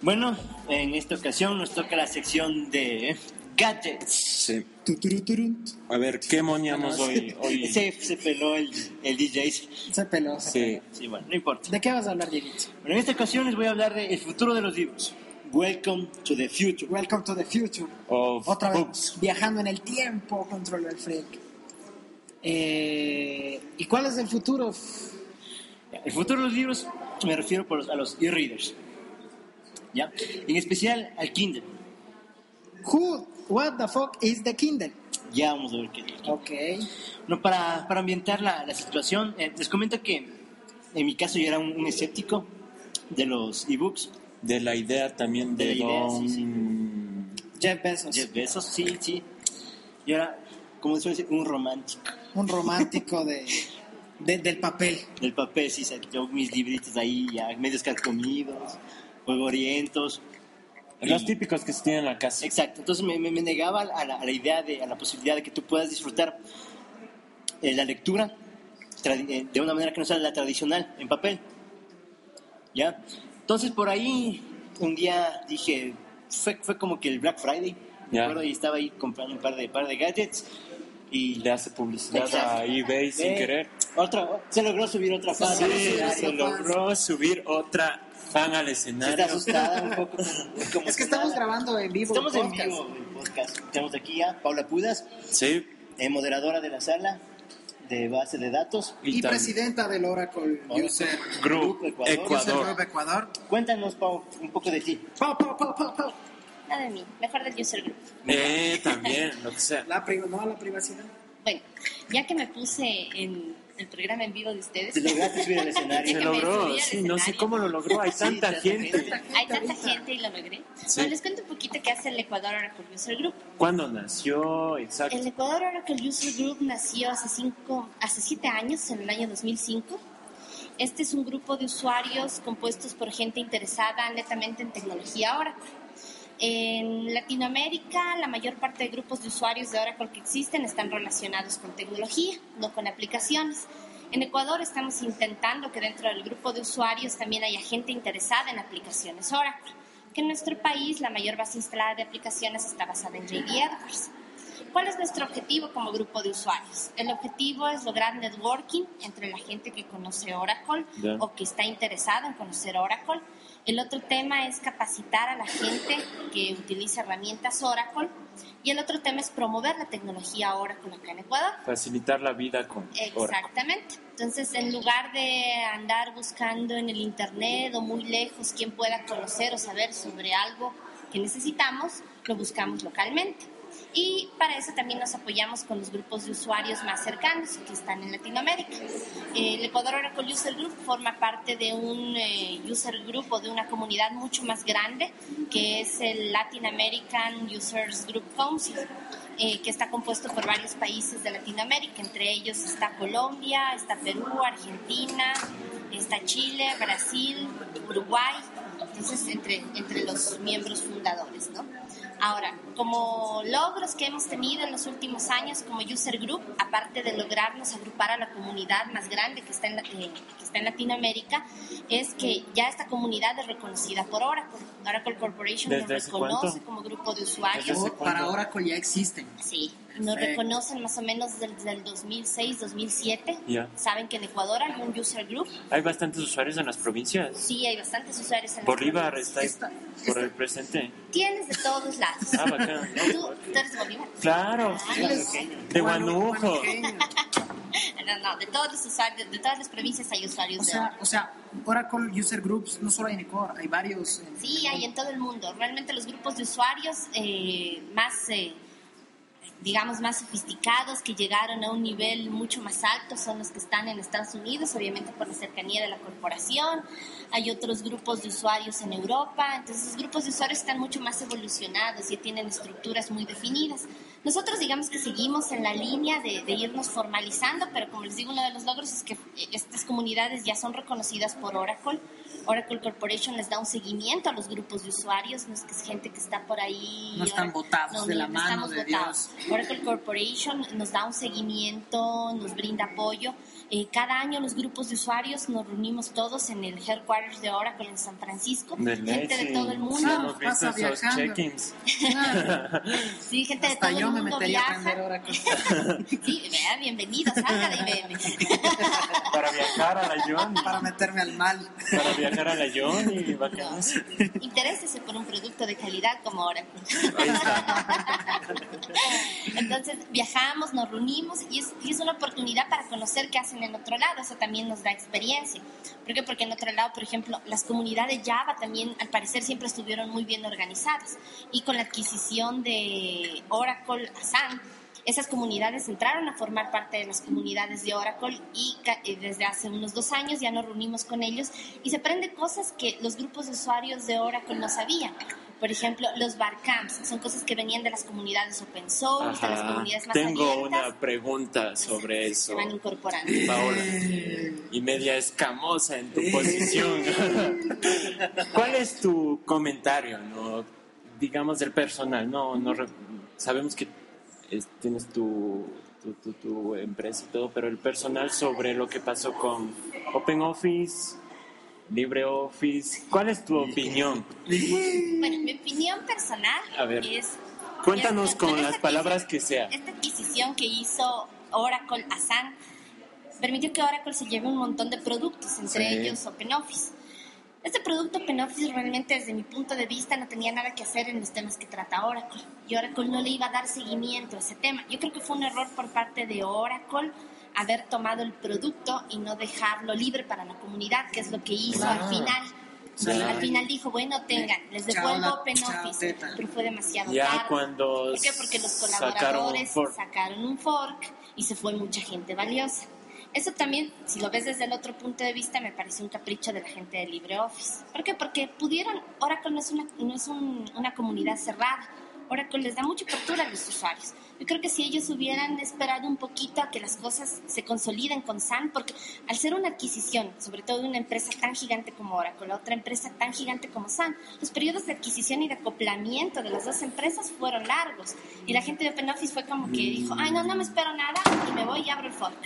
Speaker 4: Bueno, en esta ocasión nos toca la sección de gadgets.
Speaker 3: Sí.
Speaker 2: Tuturuturun.
Speaker 3: A ver, ¿qué moñamos hoy? hoy?
Speaker 4: Se, se peló el, el DJ.
Speaker 2: Se peló. se
Speaker 3: Sí.
Speaker 4: Sí, bueno, no importa.
Speaker 2: peló. ¿De qué vas a hablar, Dieguito?
Speaker 4: Pero en esta ocasión les voy a hablar del futuro de los libros. Welcome to the future.
Speaker 2: Welcome to the future.
Speaker 3: Of
Speaker 2: Otra vez
Speaker 3: books.
Speaker 2: viajando en el tiempo, Control el Freak. Eh, ¿Y cuál es el futuro?
Speaker 4: El futuro de los libros, me refiero por los- a los e-readers. ¿Ya? En especial al Kindle.
Speaker 2: Who, what the fuck is the Kindle?
Speaker 4: Ya vamos a ver qué es.
Speaker 2: Ok.
Speaker 4: No, para, para ambientar la, la situación, eh, les comento que en mi caso yo era un, un escéptico de los ebooks.
Speaker 3: De la idea también de,
Speaker 4: De la idea,
Speaker 3: don-
Speaker 4: sí, sí.
Speaker 2: Jeff Bezos.
Speaker 4: Jeff Bezos, sí, sí. Yo era, como se suele decir, un romántico.
Speaker 2: Un romántico de, de- del papel.
Speaker 4: Del papel, sí, sa- yo mis libritos ahí, ya medios carcomidos, polvorientos.
Speaker 3: Los
Speaker 4: Y-
Speaker 3: típicos que se tienen en la casa.
Speaker 4: Exacto, entonces me, me- me negaba a la, a la idea, de, a la posibilidad de que tú puedas disfrutar eh, la lectura tradi- eh, de una manera que no sea la tradicional, en papel. ¿Ya? Entonces por ahí un día dije, fue, fue como que el Black Friday, me
Speaker 3: Ya.
Speaker 4: acuerdo, y estaba ahí comprando un par de, par de gadgets y
Speaker 3: Le hace publicidad
Speaker 4: Exacto.
Speaker 3: a eBay sin
Speaker 4: Eh,
Speaker 3: querer.
Speaker 4: Otra, se logró subir otra fan.
Speaker 3: Sí,
Speaker 2: escenario,
Speaker 3: se
Speaker 2: fans.
Speaker 3: logró subir otra fan al
Speaker 4: Se está
Speaker 3: escenario.
Speaker 4: asustada un poco. como
Speaker 2: Es que estamos
Speaker 4: nada.
Speaker 2: grabando en vivo.
Speaker 4: Estamos
Speaker 2: el
Speaker 4: en
Speaker 2: podcast.
Speaker 4: vivo el podcast. Tenemos aquí a Paula Pudas,
Speaker 3: Sí.
Speaker 4: eh, moderadora de la sala de base de datos.
Speaker 2: Y,
Speaker 3: tam-
Speaker 2: presidenta del Oracle
Speaker 4: Oracle.
Speaker 2: User
Speaker 3: Group
Speaker 4: Ecuador.
Speaker 2: User
Speaker 3: Ecuador.
Speaker 2: Group Ecuador.
Speaker 4: Cuéntanos, Pau, un poco de ti.
Speaker 2: Pa, pa, pa, pa, pa.
Speaker 6: Nada de mí, mejor del user group.
Speaker 3: Eh, también, lo que sea.
Speaker 2: La pri- no, la privacidad.
Speaker 6: Bueno, ya que me puse en el programa en vivo de ustedes,
Speaker 4: Te lograste subir al escenario.
Speaker 3: Se
Speaker 6: me subí
Speaker 3: logró,
Speaker 6: al
Speaker 3: sí, no sé
Speaker 6: escenario.
Speaker 3: cómo lo logró. Hay tanta
Speaker 4: tanta
Speaker 3: gente.
Speaker 4: gente.
Speaker 6: hay tanta gente y lo logré.
Speaker 3: Sí.
Speaker 6: Bueno, les cuento un poquito qué hace el Ecuador Oracle User Group.
Speaker 3: ¿Cuándo nació? Exacto.
Speaker 6: El Ecuador Oracle User Group nació hace, cinco, hace siete años, en el año 2005. Este es un grupo de usuarios compuestos por gente interesada netamente en tecnología Oracle. En Latinoamérica, la mayor parte de grupos de usuarios de Oracle que existen están relacionados con tecnología, no con aplicaciones. En Ecuador estamos intentando que dentro del grupo de usuarios también haya gente interesada en aplicaciones Oracle, que en nuestro país la mayor base instalada de aplicaciones está basada en JD Edwards. ¿Cuál es nuestro objetivo como grupo de usuarios? El objetivo es lograr networking entre la gente que conoce Oracle
Speaker 3: Ya.
Speaker 6: o que está interesada en conocer Oracle El otro tema es capacitar a la gente que utiliza herramientas Oracle. Y el otro tema es promover la tecnología Oracle acá en Ecuador.
Speaker 3: Facilitar la vida con Oracle.
Speaker 6: Exactamente. Entonces, en lugar de andar buscando en el Internet o muy lejos quien pueda conocer o saber sobre algo que necesitamos, lo buscamos localmente. Y para eso también nos apoyamos con los grupos de usuarios más cercanos que están en Latinoamérica. Eh, El Ecuador Oracle User Group forma parte de un eh, user group o de una comunidad mucho más grande que es el Latin American Users Group Council eh, que está compuesto por varios países de Latinoamérica, entre ellos está Colombia, está Perú, Argentina, está Chile, Brasil, Uruguay, entonces entre, entre los miembros fundadores, ¿no? Ahora, como logros que hemos tenido en los últimos años como User Group, aparte de lograrnos agrupar a la comunidad más grande que está en, la- eh, que está en Latinoamérica, es que ya esta comunidad es reconocida por Oracle. Oracle Corporation nos
Speaker 3: ¿Desde hace
Speaker 6: reconoce
Speaker 3: cuánto?
Speaker 6: como grupo de usuarios.
Speaker 3: ¿Desde
Speaker 2: O
Speaker 3: cuándo?
Speaker 2: Oh, para Oracle ya existen.
Speaker 6: Sí, nos
Speaker 2: Perfecto.
Speaker 6: reconocen más o menos desde el 2006, 2007.
Speaker 3: Ya.
Speaker 6: Saben que en Ecuador hay un user group.
Speaker 3: Hay bastantes usuarios en las provincias.
Speaker 6: Sí, hay bastantes usuarios en
Speaker 3: Por
Speaker 6: las
Speaker 3: Bolívar
Speaker 6: redes.
Speaker 3: está ahí, por el presente.
Speaker 6: Tienes de todos lados.
Speaker 3: Ah, bacán.
Speaker 6: ¿Tú, tú eres boliviano?
Speaker 3: Claro, de Guanujo.
Speaker 6: No, no, de todos los usuarios, de todas las provincias hay usuarios
Speaker 2: O
Speaker 6: de
Speaker 2: sea,
Speaker 6: Oracle.
Speaker 2: o sea, Oracle User Groups, no solo hay en Ecuador, hay varios. en-
Speaker 6: Sí, hay en todo el mundo. Realmente los grupos de usuarios eh, más, eh, digamos, más sofisticados, que llegaron a un nivel mucho más alto, son los que están en Estados Unidos, obviamente por la cercanía de la corporación. Hay otros grupos de usuarios en Europa. Entonces, los grupos de usuarios están mucho más evolucionados y tienen estructuras muy definidas. Nosotros digamos que seguimos en la línea de, de irnos formalizando, pero como les digo, uno de los logros es que eh, estas comunidades ya son reconocidas por Oracle. Oracle Corporation les da un seguimiento a los grupos de usuarios, no es que es gente que está por ahí.
Speaker 2: No están botados de la
Speaker 6: no
Speaker 2: mano
Speaker 6: estamos
Speaker 2: de
Speaker 6: botados. Oracle Corporation nos da un seguimiento, nos brinda apoyo. Eh, cada año los grupos de usuarios nos reunimos todos en el headquarters de Oracle en San Francisco,
Speaker 3: De
Speaker 6: gente de
Speaker 3: leche.
Speaker 6: todo el
Speaker 3: Sí,
Speaker 6: mundo. Ah,
Speaker 3: hemos visto
Speaker 2: Pasa
Speaker 3: esos
Speaker 2: viajando.
Speaker 3: check-ins.
Speaker 6: Sí, gente de
Speaker 2: Hasta
Speaker 6: todo
Speaker 2: yo
Speaker 6: el
Speaker 2: me
Speaker 6: mundo
Speaker 2: metería a
Speaker 6: viaja.
Speaker 2: aprender Oracle.
Speaker 6: Sí, vea, bienvenido, salga de IBM.
Speaker 3: Para viajar a la Johnny.
Speaker 2: para meterme al mal.
Speaker 3: Para viajar a la Johnny. Bacán.
Speaker 6: Interésese por un producto de calidad como ahora.
Speaker 3: Ahí está.
Speaker 6: Entonces viajamos, nos reunimos y es, y es una oportunidad para conocer qué hacen en otro lado. Eso también nos da experiencia. ¿Por qué? Porque en otro lado, por ejemplo, las comunidades Java también al parecer siempre estuvieron muy bien organizadas. Y con la adquisición de Oracle Asan, esas comunidades entraron a formar parte de las comunidades de Oracle y ca- eh, desde hace unos dos años ya nos reunimos con ellos y se aprende cosas que los grupos de usuarios de Oracle no sabían. Por ejemplo, los barcamps son cosas que venían de las comunidades open source, de las
Speaker 3: Ajá.
Speaker 6: comunidades más
Speaker 3: Tengo
Speaker 6: abiertas.
Speaker 3: una pregunta sobre
Speaker 6: Se
Speaker 3: eso.
Speaker 6: van incorporando.
Speaker 3: Paola. Y media escamosa en tu posición. ¿Cuál es tu comentario, no? digamos, del personal? No, no re- sabemos que es- tienes tu, tu, tu- tu empresa y todo, pero el personal sobre lo que pasó con Open Office, LibreOffice, ¿cuál es tu opinión?
Speaker 6: Bueno, mi opinión personal
Speaker 3: A ver.
Speaker 6: es...
Speaker 3: Cuéntanos
Speaker 6: es-
Speaker 3: con las
Speaker 6: esta
Speaker 3: palabras
Speaker 6: adquisición-
Speaker 3: que sea.
Speaker 6: Esta adquisición que hizo Oracle a Sun permitió que Oracle se lleve un montón de productos, entre
Speaker 3: Sí.
Speaker 6: ellos OpenOffice. Este producto OpenOffice realmente desde mi punto de vista no tenía nada que hacer en los temas que trata Oracle. Y Oracle no le iba a dar seguimiento a ese tema. Yo creo que fue un error por parte de Oracle haber tomado el producto y no dejarlo libre para la comunidad, que es lo que hizo al final.
Speaker 3: Ya.
Speaker 6: Al final dijo, bueno, tengan, les devuelvo
Speaker 2: Chao, la- chao,
Speaker 6: OpenOffice,
Speaker 2: teta.
Speaker 6: pero fue demasiado
Speaker 3: Ya
Speaker 6: tarde.
Speaker 3: cuando
Speaker 6: ¿Por qué? Porque los
Speaker 3: sacaron un
Speaker 6: colaboradores
Speaker 3: fork.
Speaker 6: sacaron un fork y se fue mucha gente valiosa. Eso también, si lo ves desde el otro punto de vista, me parece un capricho de la gente de LibreOffice. ¿Por qué? Porque pudieron, Oracle no es una, no es un- una comunidad cerrada. Oracle les da mucha apertura a los usuarios. Yo creo que si ellos hubieran esperado un poquito a que las cosas se consoliden con SAN, porque al ser una adquisición, sobre todo de una empresa tan gigante como Oracle, otra empresa tan gigante como SAN, los periodos de adquisición y de acoplamiento de las dos empresas fueron largos. Y la gente de OpenOffice fue como que dijo, ay, no, no me espero nada y me voy y abro el fork.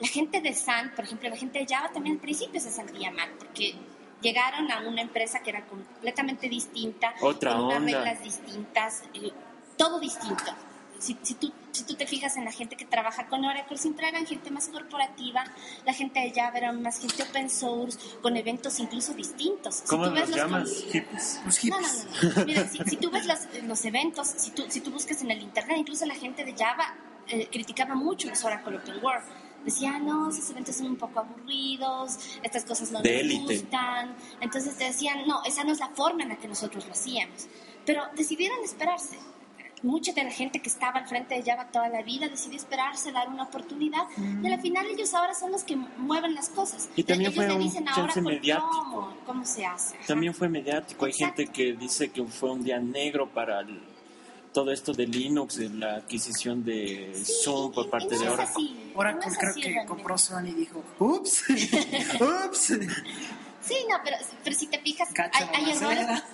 Speaker 6: La gente de Sun, por ejemplo, la gente de Java también al principio se sentía mal porque llegaron a una empresa que era completamente distinta,
Speaker 3: Otra
Speaker 6: con unas
Speaker 3: onda.
Speaker 6: reglas distintas, eh, todo distinto. si, si tú, si tú te fijas en la gente que trabaja con Oracle, siempre eran gente más corporativa, la gente de Java era más gente open source, con eventos incluso distintos. Si
Speaker 3: ¿Cómo
Speaker 6: tú ves
Speaker 3: los
Speaker 6: los
Speaker 3: llamas?
Speaker 6: con-
Speaker 3: Hippies.
Speaker 2: Los
Speaker 6: no, no,
Speaker 2: hips.
Speaker 6: no, no. Mira, si, si tú ves los, los eventos, si tú, si tú buscas en el internet, incluso la gente de Java eh, criticaba mucho los Oracle Open World. Decía, "Ah, no, esos eventos son un poco aburridos, estas cosas no
Speaker 3: De
Speaker 6: nos
Speaker 3: élite.
Speaker 6: gustan. Entonces te decían, no, esa no es la forma en la que nosotros lo hacíamos. Pero decidieron esperarse. Mucha de la gente que estaba al frente de Java toda la vida decidió esperarse, dar una oportunidad. Y al final ellos ahora son los que mueven las cosas.
Speaker 3: Mm. Y también
Speaker 6: ellos
Speaker 3: fue
Speaker 6: le
Speaker 3: un
Speaker 6: dicen a
Speaker 3: chance
Speaker 6: Oracle
Speaker 3: mediático.
Speaker 6: cómo, cómo se hace. Ajá.
Speaker 3: También fue mediático. Hay gente que dice que fue un día negro para el- todo esto de Linux, de la adquisición de Zoom por parte
Speaker 6: Y
Speaker 3: de
Speaker 6: no es
Speaker 3: Oracle.
Speaker 6: así, no
Speaker 2: Oracle
Speaker 6: es
Speaker 2: creo
Speaker 6: así
Speaker 2: que
Speaker 6: realmente.
Speaker 2: compró Sony y dijo, "Uh, ups, ups,
Speaker 6: Sí, no, pero, pero si te fijas, hay,
Speaker 2: cacha
Speaker 6: hay errores,
Speaker 2: mamacera.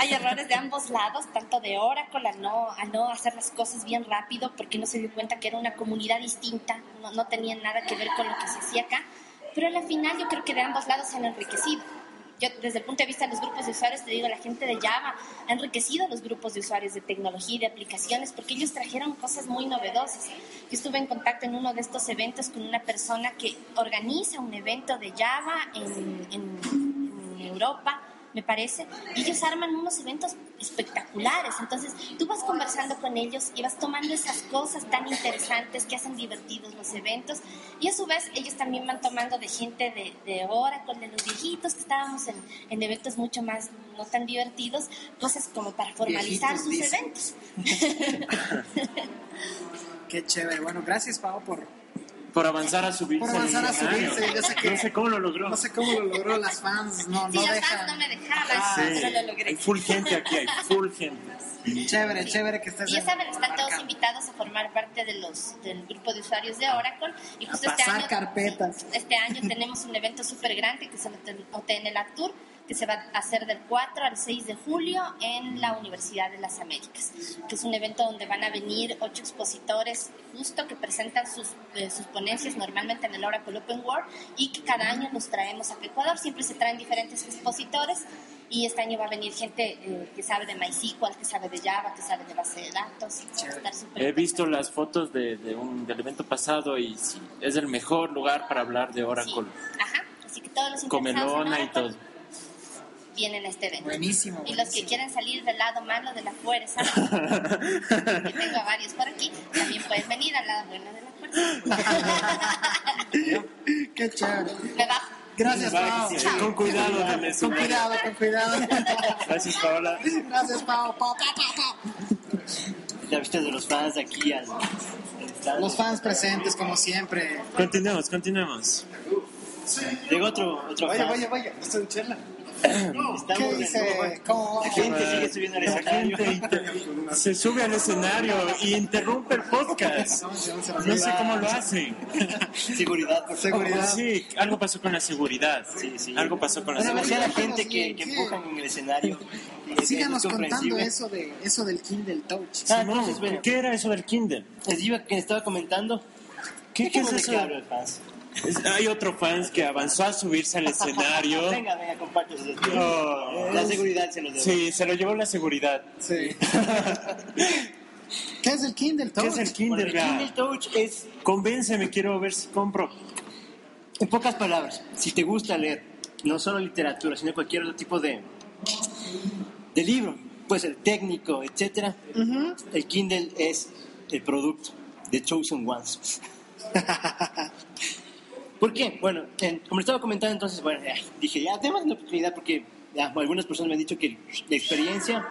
Speaker 6: hay errores de ambos lados, tanto de Oracle a no, a no hacer las cosas bien rápido porque no se dio cuenta que era una comunidad distinta, no, no tenía nada que ver con lo que se hacía acá, pero al final yo creo que de ambos lados se han enriquecido. Yo, desde el punto de vista de los grupos de usuarios, te digo, la gente de Java ha enriquecido los grupos de usuarios de tecnología y de aplicaciones porque ellos trajeron cosas muy novedosas. Yo estuve en contacto en uno de estos eventos con una persona que organiza un evento de Java en, en- en Europa, me parece, y ellos arman unos eventos espectaculares. Entonces, tú vas conversando con ellos y vas tomando esas cosas tan interesantes que hacen divertidos los eventos, y a su vez ellos también van tomando de gente de, de Oracle, de los viejitos que estábamos en, en eventos mucho más no tan divertidos, cosas como para formalizar
Speaker 2: Viejitos,
Speaker 6: sus
Speaker 2: dice.
Speaker 6: eventos.
Speaker 2: Qué chévere. Bueno, gracias, Pao, por,
Speaker 3: Por avanzar a subirse.
Speaker 2: por avanzar a
Speaker 3: al escenario.
Speaker 2: subirse. Yo sé que,
Speaker 5: No sé cómo lo logró.
Speaker 2: no sé cómo lo logró las fans. No,
Speaker 6: Sí,
Speaker 2: no
Speaker 6: las fans
Speaker 2: dejan.
Speaker 6: no me dejaban,
Speaker 2: Ah,
Speaker 3: Sí.
Speaker 6: pero lo logré.
Speaker 3: Hay full gente aquí, hay full gente.
Speaker 2: Chévere, chévere que estés
Speaker 6: Y ya
Speaker 2: en-
Speaker 6: saben, están
Speaker 2: marca.
Speaker 6: todos invitados a formar parte de los, del grupo de usuarios de Oracle. Y
Speaker 2: Ah. A
Speaker 6: justo este
Speaker 2: pasar
Speaker 6: año,
Speaker 2: carpetas.
Speaker 6: sí, este año tenemos un evento súper grande que es el Hotel- OTN Lab Tour, que se va a hacer del 4 al 6 de julio en la Universidad de las Américas, que es un evento donde van a venir ocho expositores justo que presentan sus, eh, sus ponencias normalmente en el Oracle Open World y que cada año los traemos a Ecuador. Siempre se traen diferentes expositores y este año va a venir gente eh, que sabe de MySQL, que sabe de Java, que sabe de base de datos. Va a estar súper
Speaker 3: He visto las fotos de, de un, del evento pasado y sí, es el mejor lugar para hablar de Oracle.
Speaker 6: Sí, Ajá. Así que todos los interesados en
Speaker 3: Comelona y
Speaker 6: Oracle
Speaker 3: todo.
Speaker 6: vienen a este evento.
Speaker 2: Buenísimo,
Speaker 6: Y los que
Speaker 2: buenísimo.
Speaker 6: quieren salir del lado malo de la fuerza, que tengo a varios por aquí, también pueden venir al lado bueno de la fuerza.
Speaker 2: Qué chévere.
Speaker 6: Me bajo.
Speaker 2: Gracias, Pao.
Speaker 3: Váyanse, Con cuidado, dame su
Speaker 2: Con cuidado, con cuidado.
Speaker 3: Gracias, Paola.
Speaker 2: Gracias, Pao. Pao, Pao, Pao, Pao.
Speaker 4: La vista de los fans aquí al... al-
Speaker 2: Los fans presentes, como siempre.
Speaker 3: Continuemos, continuemos.
Speaker 4: Llegó otro, otro
Speaker 2: Oye,
Speaker 4: fan.
Speaker 2: oye, oye, esto es chela.
Speaker 4: Estamos
Speaker 2: ¿Qué
Speaker 4: en-
Speaker 2: dice? ¿Cómo
Speaker 4: La
Speaker 2: va?
Speaker 4: gente sigue subiendo al
Speaker 3: La
Speaker 4: escenario.
Speaker 3: gente inter- se sube al escenario y interrumpe el podcast. No sé cómo lo hacen.
Speaker 4: Seguridad, por favor.
Speaker 2: Seguridad.
Speaker 3: Sí, algo pasó con la seguridad.
Speaker 4: Sí, sí.
Speaker 3: Algo pasó con la
Speaker 2: Pero a ver,
Speaker 4: Demasiada
Speaker 3: seguridad.
Speaker 2: cuéntanos
Speaker 4: gente que,
Speaker 2: bien,
Speaker 4: que
Speaker 2: ¿qué?
Speaker 4: empujan en el escenario. Es- es
Speaker 2: Síganos contando
Speaker 4: comprensible.
Speaker 2: eso, de, eso del Kindle Touch.
Speaker 4: Ah,
Speaker 3: Simón,
Speaker 4: entonces, bueno.
Speaker 3: ¿qué era eso del Kindle?
Speaker 4: Les iba que estaba comentando.
Speaker 3: ¿Qué, qué es
Speaker 4: Dejemos de
Speaker 3: eso?
Speaker 4: que hable el fans.
Speaker 3: Es- Hay otro fans que avanzó a subirse al escenario.
Speaker 4: Venga, venga, comparte sus
Speaker 3: No.
Speaker 4: La seguridad se los debe.
Speaker 3: Sí, se lo llevó la seguridad.
Speaker 2: Sí. ¿Qué es el Kindle Touch?
Speaker 3: ¿Qué es el
Speaker 4: Bueno, el
Speaker 3: Kindle?
Speaker 4: Kindle Touch es,
Speaker 3: Convénceme, quiero ver si compro.
Speaker 4: en pocas palabras, si te gusta leer, no solo literatura, sino cualquier otro tipo de, de libro, puede ser técnico, etcétera, el Kindle es el producto de Chosen Ones. ¿Por qué? Bueno, en- como les estaba comentando entonces, bueno, ya, dije, ya, tenemos una oportunidad porque ya, algunas personas me han dicho que la experiencia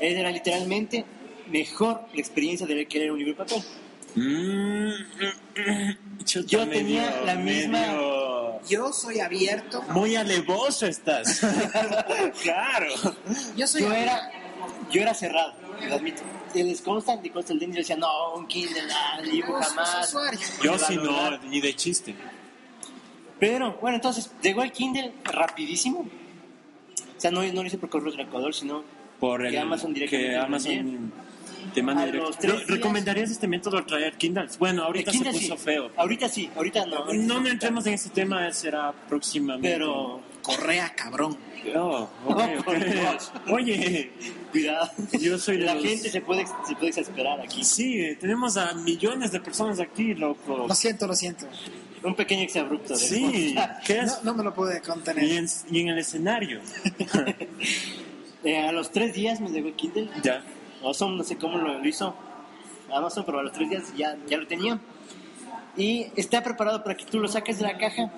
Speaker 4: era literalmente mejor la experiencia de que leer un libro en papel.
Speaker 3: Mm, chuta,
Speaker 4: mm. Yo tenía la misma-
Speaker 3: medio-
Speaker 2: Yo soy abierto.
Speaker 3: Muy alevoso estás. claro.
Speaker 2: Yo soy
Speaker 4: yo
Speaker 2: abierto.
Speaker 4: era yo era cerrado lo admito y les constan y constan yo decía no un Kindle ah, libro
Speaker 2: Yo soy
Speaker 4: jamás
Speaker 2: usuario.
Speaker 3: Yo si no, ni de chiste.
Speaker 4: pero bueno entonces llegó el Kindle rapidísimo o sea no, no lo hice por correos del Ecuador sino
Speaker 3: Por el
Speaker 4: que Amazon directamente
Speaker 3: que
Speaker 4: lo
Speaker 3: Amazon
Speaker 4: envié.
Speaker 3: te manda
Speaker 4: A
Speaker 3: directo.
Speaker 4: los tres
Speaker 3: Yo-
Speaker 4: días-
Speaker 3: ¿Recomendarías este método al traer Kindles? Bueno,
Speaker 4: El
Speaker 3: ahorita
Speaker 4: Kindle
Speaker 3: se puso
Speaker 4: sí.
Speaker 3: feo.
Speaker 4: ahorita sí ahorita no
Speaker 3: No no entremos en ese tema, será próximamente.
Speaker 4: pero
Speaker 2: correa, cabrón.
Speaker 3: Oh, ok, ok. Oye,
Speaker 4: Cuidado.
Speaker 3: Yo soy de
Speaker 4: La
Speaker 3: los-
Speaker 4: gente se puede, se puede exasperar aquí.
Speaker 3: sí, eh, tenemos a millones de personas aquí, loco.
Speaker 2: Lo siento, lo siento.
Speaker 4: Un pequeño exabrupto. de-
Speaker 3: Sí, ¿qué es?
Speaker 2: No, no me lo pude
Speaker 3: Y
Speaker 2: contener.
Speaker 3: en, y en el escenario.
Speaker 4: Eh, a los tres días me llegó el Kindle.
Speaker 3: Ya.
Speaker 4: Amazon, no sé cómo lo hizo Amazon, pero a los tres días ya, ya lo tenía. Y está preparado para que tú lo saques de la caja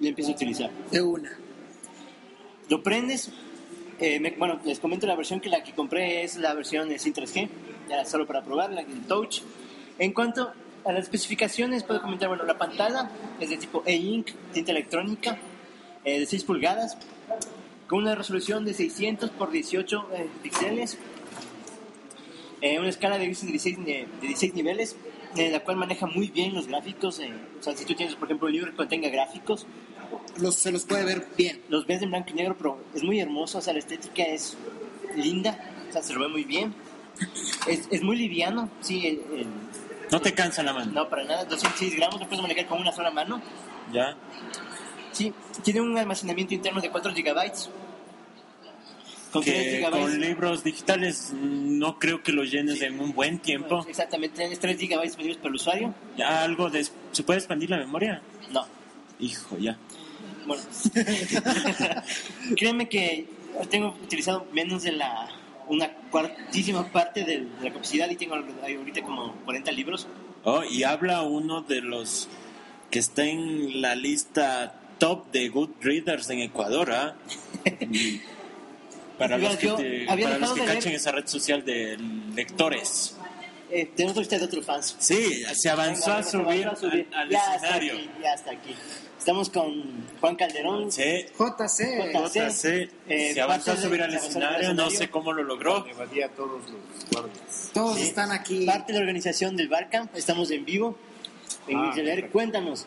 Speaker 4: y lo empieces a utilizar.
Speaker 2: De una.
Speaker 4: Lo prendes. eh, me- bueno, les comento la versión que la que compré es la versión sin 3G, ya solo para probarla, el Touch. En cuanto a las especificaciones, puedo comentar, bueno, la pantalla es de tipo E-Ink, tinta electrónica, eh, de 6 pulgadas, con una resolución de 600 por 18 eh, píxeles, eh, una escala de grises de 16, ni- de 16 niveles, eh, la cual maneja muy bien los gráficos. eh, o sea, si tú tienes, por ejemplo, un libro que contenga gráficos,
Speaker 2: Los, se los puede ver bien.
Speaker 4: los ves en blanco y negro, pero es muy hermoso, o sea, la estética es linda, o sea, se lo ve muy bien. Es, es muy liviano, sí, el- el-
Speaker 3: No te cansa la mano.
Speaker 4: no para nada, 206 gramos, lo puedes manejar con una sola mano.
Speaker 3: Ya.
Speaker 4: Sí, tiene un almacenamiento interno de 4 GB. Con 3
Speaker 3: Que con
Speaker 4: GB.
Speaker 3: libros digitales mm, no creo que lo llenes en un buen tiempo.
Speaker 4: Exactamente, tienes 3 GB disponibles para el usuario.
Speaker 3: Ya algo de... ¿Se puede expandir la memoria?
Speaker 4: No,
Speaker 3: Hijo, ya.
Speaker 4: bueno. Créeme que tengo utilizado menos de la una cuartísima parte de la capacidad y tengo ahorita como 40 libros.
Speaker 3: Oh, y habla uno de los que está en la lista top de Good Readers en Ecuador, ¿ah? Mm. Para
Speaker 4: Mira,
Speaker 3: los que,
Speaker 4: yo
Speaker 3: te-
Speaker 4: había
Speaker 3: para los
Speaker 4: dejado
Speaker 3: que
Speaker 4: de leer-
Speaker 3: cachen esa red social de lectores.
Speaker 4: Eh, tenemos lista de otros fans.
Speaker 3: Sí, se avanzó
Speaker 4: Venga,
Speaker 3: a
Speaker 4: vamos,
Speaker 3: subir
Speaker 4: avanzó a subir.
Speaker 3: al, al
Speaker 4: ya hasta
Speaker 3: escenario.
Speaker 4: aquí, ya hasta aquí. Estamos con Juan Calderón.
Speaker 3: Sí,
Speaker 2: JC.
Speaker 4: Sí.
Speaker 3: JC,
Speaker 4: Eh,
Speaker 3: se avanzó a
Speaker 4: parte de-
Speaker 3: subir al
Speaker 4: se avanzó al
Speaker 3: escenario, no
Speaker 4: escenario.
Speaker 3: sé cómo lo logró.
Speaker 5: evadía a todos los guardias.
Speaker 2: Todos están aquí.
Speaker 4: Parte de la organización del Barcamp. Estamos en vivo. En
Speaker 7: Ah,
Speaker 4: Inicio Leer. Cuéntanos,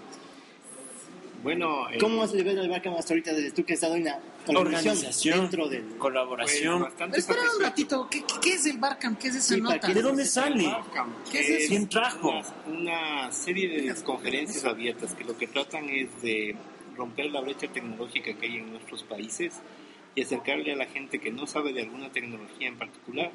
Speaker 7: Bueno, eh,
Speaker 4: ¿cómo has vivido el Barcamp hasta ahorita desde tú que has estado en la organización,
Speaker 3: Organización,
Speaker 4: dentro del...
Speaker 7: pues,
Speaker 3: colaboración.
Speaker 7: bastante
Speaker 2: Pero espera un
Speaker 7: satisfecho.
Speaker 2: ratito, ¿qué, qué- qué es el Barcamp? ¿Qué es esa
Speaker 4: Sí, ¿para
Speaker 2: nota?
Speaker 4: qué?
Speaker 3: ¿De dónde sale?
Speaker 7: Barcam,
Speaker 2: ¿Qué es
Speaker 7: que
Speaker 2: eso?
Speaker 3: ¿Quién trajo?
Speaker 7: Una, una serie de conferencias abiertas que lo que tratan es de romper la brecha tecnológica que hay en nuestros países y acercarle a la gente que no sabe de alguna tecnología en particular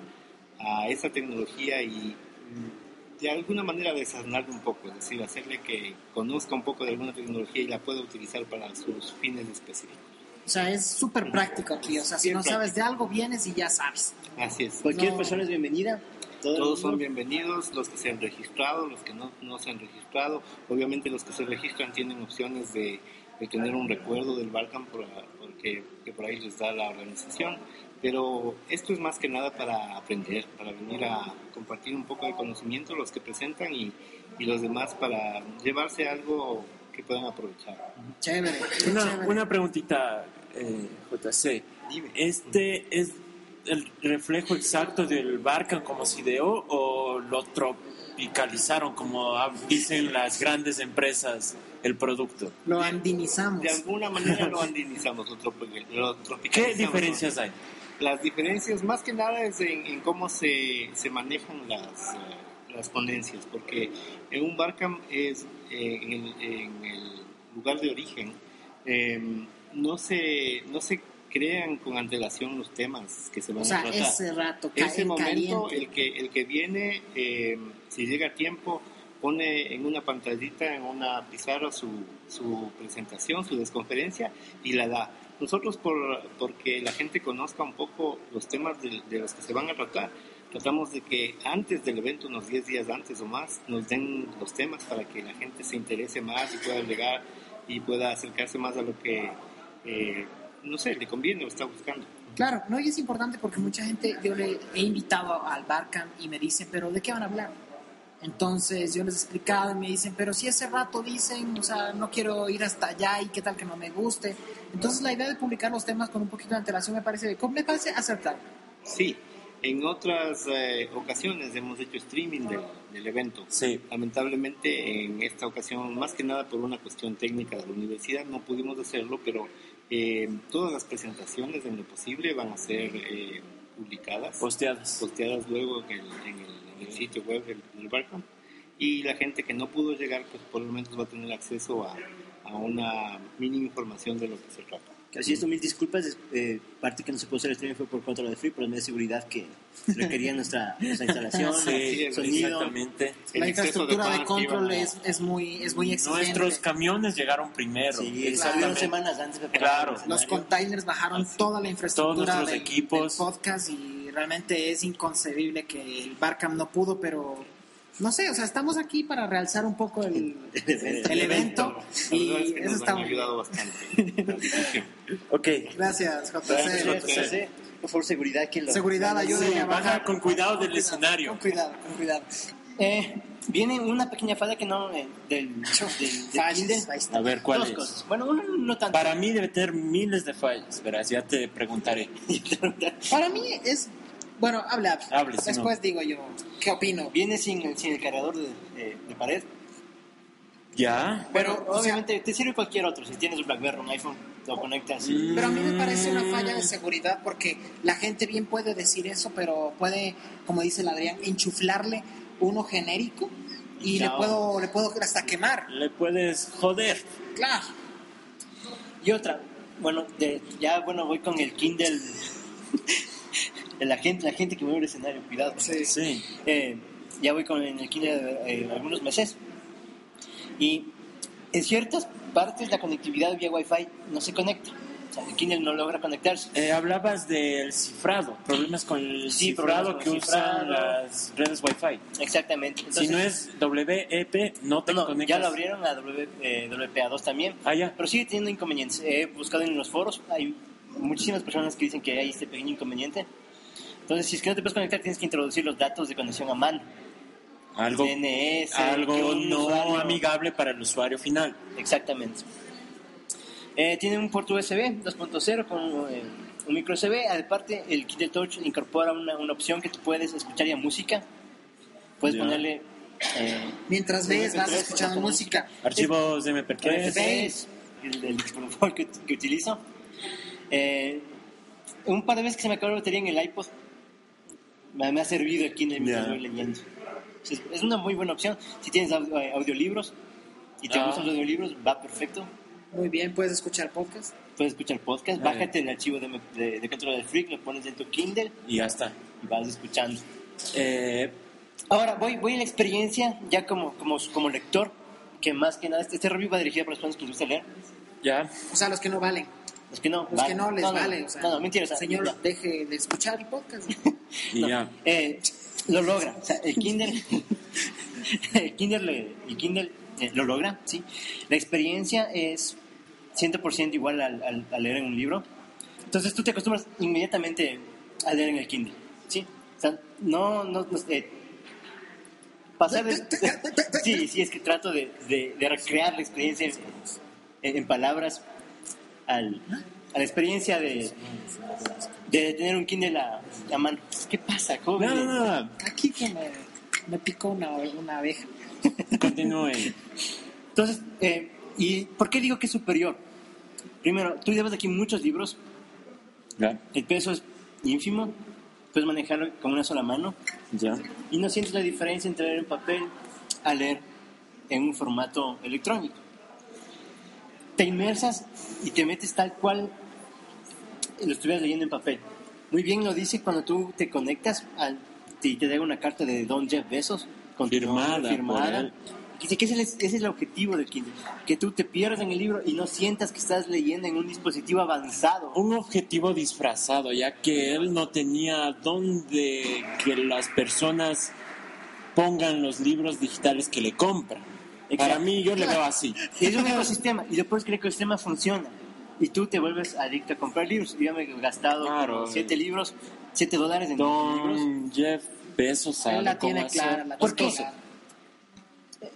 Speaker 7: a esa tecnología y mm, de alguna manera desarmarla un poco, es decir, hacerle que conozca un poco de alguna tecnología y la pueda utilizar para sus fines específicos.
Speaker 2: O sea, es súper práctico aquí. O sea, si
Speaker 7: Bien
Speaker 2: no sabes de algo, vienes y ya sabes.
Speaker 7: Así es.
Speaker 4: Cualquier
Speaker 2: No.
Speaker 4: persona es bienvenida. Todo el
Speaker 7: Todos son
Speaker 4: mundo.
Speaker 7: bienvenidos, los que se han registrado, los que no, no se han registrado. Obviamente los que se registran tienen opciones de, de tener un recuerdo del Balkan por, porque, que por ahí les da la organización. Pero esto es más que nada para aprender, para venir a compartir un poco de conocimiento los que presentan y, y los demás para llevarse algo que puedan aprovechar.
Speaker 2: Chévere.
Speaker 3: Una,
Speaker 2: chévere.
Speaker 3: una preguntita, eh, JC.
Speaker 7: Dime.
Speaker 3: ¿Este es el reflejo exacto del Barcan como se ideó o lo tropicalizaron como ah, dicen las grandes empresas el producto?
Speaker 2: Lo andinizamos.
Speaker 7: De alguna manera lo andinizamos, lo, tropi- lo
Speaker 3: ¿Qué
Speaker 7: tropicalizamos.
Speaker 3: diferencias hay?
Speaker 7: Las diferencias más que nada es en, en cómo se, se manejan las, eh, las ponencias, porque en un barcam es eh, en, el, en el lugar de origen, eh, no, se, no se crean con antelación los temas que se van
Speaker 2: O sea,
Speaker 7: a tratar.
Speaker 2: ese rato, cae
Speaker 7: Ese momento,
Speaker 2: caliente.
Speaker 7: el que, el que viene, eh, si llega a tiempo, pone en una pantallita, en una pizarra su, su presentación, su desconferencia y la da. Nosotros, por, porque la gente conozca un poco los temas de, de los que se van a tratar, tratamos de que antes del evento, unos 10 días antes o más, nos den los temas para que la gente se interese más y pueda llegar y pueda acercarse más a lo que, eh, no sé, le conviene o está buscando.
Speaker 2: Claro, no, y es importante porque mucha gente, yo le he invitado al Barcamp y me dicen, pero ¿de qué van a hablar? Entonces yo les he explicado y me dicen, pero si ese rato dicen, o sea, no quiero ir hasta allá y qué tal que no me guste. Entonces la idea de publicar los temas con un poquito de antelación me parece, me parece acertado.
Speaker 7: Sí, en otras eh, ocasiones hemos hecho streaming del- del evento.
Speaker 3: Sí.
Speaker 7: Lamentablemente en esta ocasión, más que nada por una cuestión técnica de la universidad, no pudimos hacerlo, pero eh, todas las presentaciones en lo posible van a ser eh, publicadas,
Speaker 3: Posteadas.
Speaker 7: posteadas luego en el, en el- en el sitio web del, del Barcamp. Y la gente que no pudo llegar, pues por lo menos va a tener acceso a, a una mínima información de lo que se trata.
Speaker 4: Que así es, mil disculpas. eh, parte que no se pudo hacer el streaming fue por control de Free, por medidas de seguridad que requería nuestra, nuestra instalación,
Speaker 3: Sí,
Speaker 4: sonido.
Speaker 3: exactamente.
Speaker 7: El
Speaker 2: La
Speaker 7: exceso
Speaker 2: infraestructura de,
Speaker 7: pan que
Speaker 2: control
Speaker 7: iba-
Speaker 2: es, es muy, es muy exigente.
Speaker 3: Nuestros camiones llegaron primero.
Speaker 4: Sí, estuvieron
Speaker 3: exactamente.
Speaker 4: semanas antes de
Speaker 3: Claro.
Speaker 2: Los containers bajaron toda la
Speaker 3: Todos
Speaker 2: infraestructura
Speaker 3: nuestros
Speaker 2: del,
Speaker 3: equipos.
Speaker 2: del podcast y realmente es inconcebible que el Barcam no pudo, pero no sé, o sea, estamos aquí para realzar un poco el,
Speaker 4: evento.
Speaker 2: el evento
Speaker 7: La
Speaker 2: y
Speaker 7: verdad es que
Speaker 2: eso
Speaker 7: nos
Speaker 2: está
Speaker 7: han
Speaker 2: muy
Speaker 7: ayudado bastante.
Speaker 3: Ok.
Speaker 2: Gracias,
Speaker 4: Gracias,
Speaker 2: JC.
Speaker 4: JC. Por favor, seguridad que lo...
Speaker 2: Seguridad, ayúdenme
Speaker 3: Sí,
Speaker 2: a
Speaker 3: baja
Speaker 2: bajar.
Speaker 3: con cuidado del
Speaker 2: Con
Speaker 3: escenario.
Speaker 2: Con cuidado, con cuidado.
Speaker 4: Eh, viene una pequeña falla que no... eh, del... del, del
Speaker 2: Fallas,
Speaker 4: Kindle.
Speaker 2: ahí está.
Speaker 3: A ver, ¿cuál
Speaker 4: Dos
Speaker 3: es?
Speaker 4: cosas. Bueno, una no tanto.
Speaker 3: Para mí debe tener miles de fallas. Verás, ya te preguntaré.
Speaker 2: Para mí es... Bueno, habla. habla.
Speaker 3: Hable, si no.
Speaker 2: Después digo yo qué opino.
Speaker 4: Viene sin, el- sin el cargador de, eh, de pared.
Speaker 3: ¿Ya?
Speaker 2: Pero,
Speaker 4: Pero, obviamente, te sirve cualquier otro. Si tienes un BlackBerry, un iPhone, lo conectas.
Speaker 3: Mm.
Speaker 4: y-
Speaker 2: Pero a mí me parece una falla de seguridad porque la gente bien puede decir eso, pero puede, como dice el Adrián, enchuflarle uno genérico y le
Speaker 4: No.
Speaker 2: puedo le puedo hasta quemar.
Speaker 3: Le puedes joder.
Speaker 2: Claro.
Speaker 4: Y otra, bueno, de- ya bueno voy con el Kindle. de la gente, la gente que mueve el escenario, cuidado.
Speaker 3: Sí.
Speaker 4: Eh, ya voy con el Kindle eh, algunos meses. Y en ciertas partes la conectividad vía Wi-Fi no se conecta. O sea, el Kindle no logra conectarse.
Speaker 3: Eh, hablabas del cifrado, problemas con el
Speaker 4: Sí, problemas
Speaker 3: cifrado
Speaker 4: con
Speaker 3: que
Speaker 4: el
Speaker 3: usan
Speaker 4: cifrado.
Speaker 3: las redes Wi-Fi.
Speaker 4: Exactamente.
Speaker 3: si
Speaker 4: Entonces,
Speaker 3: no es WEP, no te
Speaker 4: no, no,
Speaker 3: conectas.
Speaker 4: ya lo abrieron a W- eh, WPA2 también.
Speaker 3: Ah, ya.
Speaker 4: Pero sigue teniendo inconvenientes. He buscado en los foros, hay muchísimas personas que dicen que hay este pequeño inconveniente. Entonces, si es que no te puedes conectar, tienes que introducir los datos de conexión a mano.
Speaker 3: Algo,
Speaker 4: DNS, que
Speaker 3: algo
Speaker 4: un
Speaker 3: no
Speaker 4: usuario-
Speaker 3: amigable para el usuario final.
Speaker 4: Exactamente. Eh, tiene un puerto USB 2.0 con eh, un micro USB. Aparte, el Kindle Touch incorpora una, una opción que tú puedes escuchar ya música. Puedes
Speaker 3: Ya.
Speaker 4: ponerle... eh,
Speaker 2: Mientras ves, vas
Speaker 4: MP3,
Speaker 2: escuchando
Speaker 4: vas con-
Speaker 2: música.
Speaker 3: Archivos de MP3.
Speaker 4: es el, el micrófono que, que utilizo. Eh, un par de veces que se me acabó la batería en el iPod, me, me ha servido aquí en el
Speaker 3: Ya.
Speaker 4: voy leyendo. Entonces, es una muy buena opción. Si tienes au- eh, audiolibros y te
Speaker 3: Ah.
Speaker 4: gustan los audiolibros, va perfecto.
Speaker 2: Muy bien, puedes escuchar podcast.
Speaker 4: Puedes escuchar podcast,
Speaker 3: Ah,
Speaker 4: bájate el archivo de, de, de Control del Freak, lo pones en tu Kindle
Speaker 3: Y ya está.
Speaker 4: y vas escuchando.
Speaker 3: Eh,
Speaker 4: Ahora voy, voy a la experiencia ya como, como, como lector, que más que nada este, este review va dirigido para las personas que les gusta leer.
Speaker 3: ya.
Speaker 2: O sea, los que no valen.
Speaker 4: Los que no,
Speaker 2: Los que no les vale. O sea,
Speaker 4: no, no, mentira, o sea,
Speaker 2: señor,
Speaker 4: ya.
Speaker 2: deje de escuchar el podcast.
Speaker 3: Y
Speaker 4: No,
Speaker 3: ya.
Speaker 4: eh, lo logra. O sea, el Kindle, el Kindle, le- el Kindle, eh, lo logra, sí. La experiencia es 100% igual al, al- al leer en un libro. Entonces tú te acostumbras inmediatamente a leer en el Kindle, sí. O sea, no, no, no, eh, pasar de... Sí, sí, es que trato de, de- de recrear la experiencia en, en- en palabras al- a la experiencia de, de tener un Kindle a, a mano. ¿Qué pasa, joven?
Speaker 3: No, no, no.
Speaker 2: Aquí que me, me picó una, una abeja.
Speaker 3: Continúe.
Speaker 4: Entonces, eh, ¿y por qué digo que es superior? Primero, tú llevas aquí muchos libros,
Speaker 3: Ya.
Speaker 4: el peso es ínfimo, puedes manejarlo con una sola mano
Speaker 3: Ya.
Speaker 4: y no sientes la diferencia entre leer en papel a leer en un formato electrónico. Te inmersas y te metes tal cual lo estuvieras leyendo en papel. Muy bien lo dice cuando tú te conectas al- y te llega una carta de Don Jeff Bezos con tu
Speaker 3: Firmada
Speaker 4: nombre,
Speaker 3: por
Speaker 4: firmada.
Speaker 3: él.
Speaker 4: Dice que ese es, ese es el objetivo del Kindle, que tú te pierdas en el libro y no sientas que estás leyendo en un dispositivo avanzado.
Speaker 3: un objetivo disfrazado, ya que él no tenía dónde que las personas pongan los libros digitales que le compran. Para
Speaker 4: Exacto.
Speaker 3: mí, yo le veo así.
Speaker 4: Es un ecosistema y después creer que el ecosistema funciona y tú te vuelves adicto a comprar libros. Yo ya me he gastado
Speaker 3: Claro,
Speaker 4: como
Speaker 3: eh.
Speaker 4: siete libros, siete dólares en libros.
Speaker 3: Don Jeff Bezos sabe
Speaker 2: Él la
Speaker 3: cómo
Speaker 2: tiene
Speaker 3: hacer.
Speaker 2: clara. La
Speaker 4: ¿Por
Speaker 2: tiene
Speaker 4: qué?
Speaker 2: clara.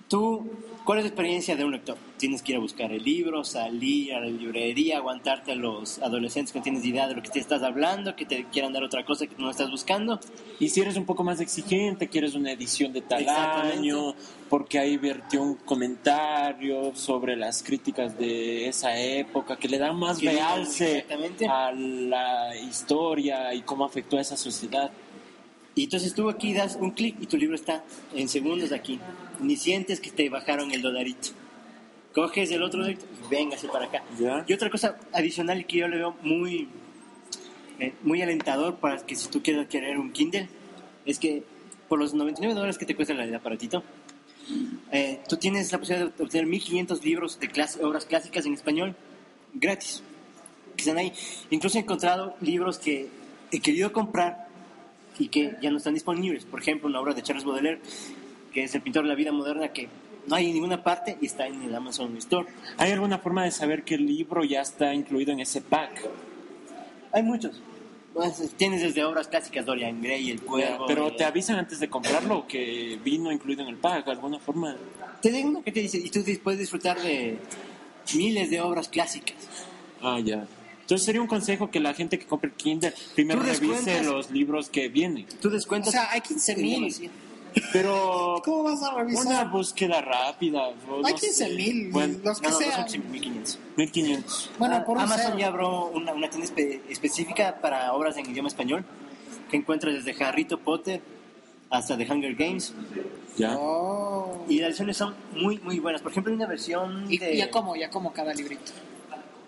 Speaker 4: Tú, ¿cuál es la experiencia de un lector? Tienes que ir a buscar el libro, salir a la librería, aguantarte a los adolescentes que no tienes idea de lo que te estás hablando, que te quieran dar otra cosa que tú no estás buscando.
Speaker 3: Y si eres un poco más exigente, quieres una edición de tal
Speaker 4: Exactamente.
Speaker 3: año, porque ahí vertió un comentario sobre las críticas de esa época, que le da más
Speaker 4: Que digan
Speaker 3: realce
Speaker 4: exactamente.
Speaker 3: a la historia y cómo afectó a esa sociedad.
Speaker 4: Y entonces tú aquí das un clic y tu libro está en segundos aquí. Ni sientes que te bajaron el dolarito. coges el otro dedo y véngase para acá.
Speaker 3: Ya.
Speaker 4: Y otra cosa adicional que yo le veo muy, eh, muy alentador para que si tú quieres adquirir un Kindle, es que por los 99 dólares que te cuesta el aparatito, eh, tú tienes la posibilidad de obtener 1500 libros de clase- obras clásicas en español gratis. Que están ahí. Incluso he encontrado libros que he querido comprar y que ya no están disponibles. Por ejemplo, una obra de Charles Baudelaire, que es el pintor de la vida moderna, que no hay en ninguna parte y está en el Amazon Store.
Speaker 3: ¿Hay alguna forma de saber qué libro ya está incluido en ese pack?
Speaker 4: Hay muchos. Pues, Tienes desde obras clásicas, Dorian Gray, El Cuervo. eh,
Speaker 3: Pero
Speaker 4: el-
Speaker 3: te avisan antes de comprarlo que vino incluido en el pack, alguna forma.
Speaker 4: te digo uno que te dice, y tú dis- puedes disfrutar de miles de obras clásicas.
Speaker 3: Ah, ya. Entonces sería un consejo que la gente que compre el Kindle primero
Speaker 4: Tú
Speaker 3: revise
Speaker 4: descuentas.
Speaker 3: los libros que vienen.
Speaker 4: Tú
Speaker 2: O
Speaker 4: descuentas.
Speaker 2: sea, hay 15 mil.
Speaker 3: Pero
Speaker 2: ¿Cómo vas a
Speaker 3: una
Speaker 2: revisar?
Speaker 3: búsqueda rápida. o
Speaker 2: hay
Speaker 3: no sé.
Speaker 2: 15 mil,
Speaker 3: Bueno,
Speaker 2: los que
Speaker 4: no, no, no
Speaker 2: sean.
Speaker 4: son 1500.
Speaker 3: 1500.
Speaker 2: bueno,
Speaker 4: Ah,
Speaker 2: por un
Speaker 4: Amazon
Speaker 2: cero.
Speaker 4: ya abrió una, una tienda espe- específica para obras en idioma español que encuentras desde Harrito Potter hasta The Hunger Games
Speaker 3: Ya.
Speaker 2: Oh.
Speaker 4: y las ediciones son muy muy buenas. Por ejemplo, hay una versión
Speaker 2: Y
Speaker 4: de
Speaker 2: ya como, ya como cada librito.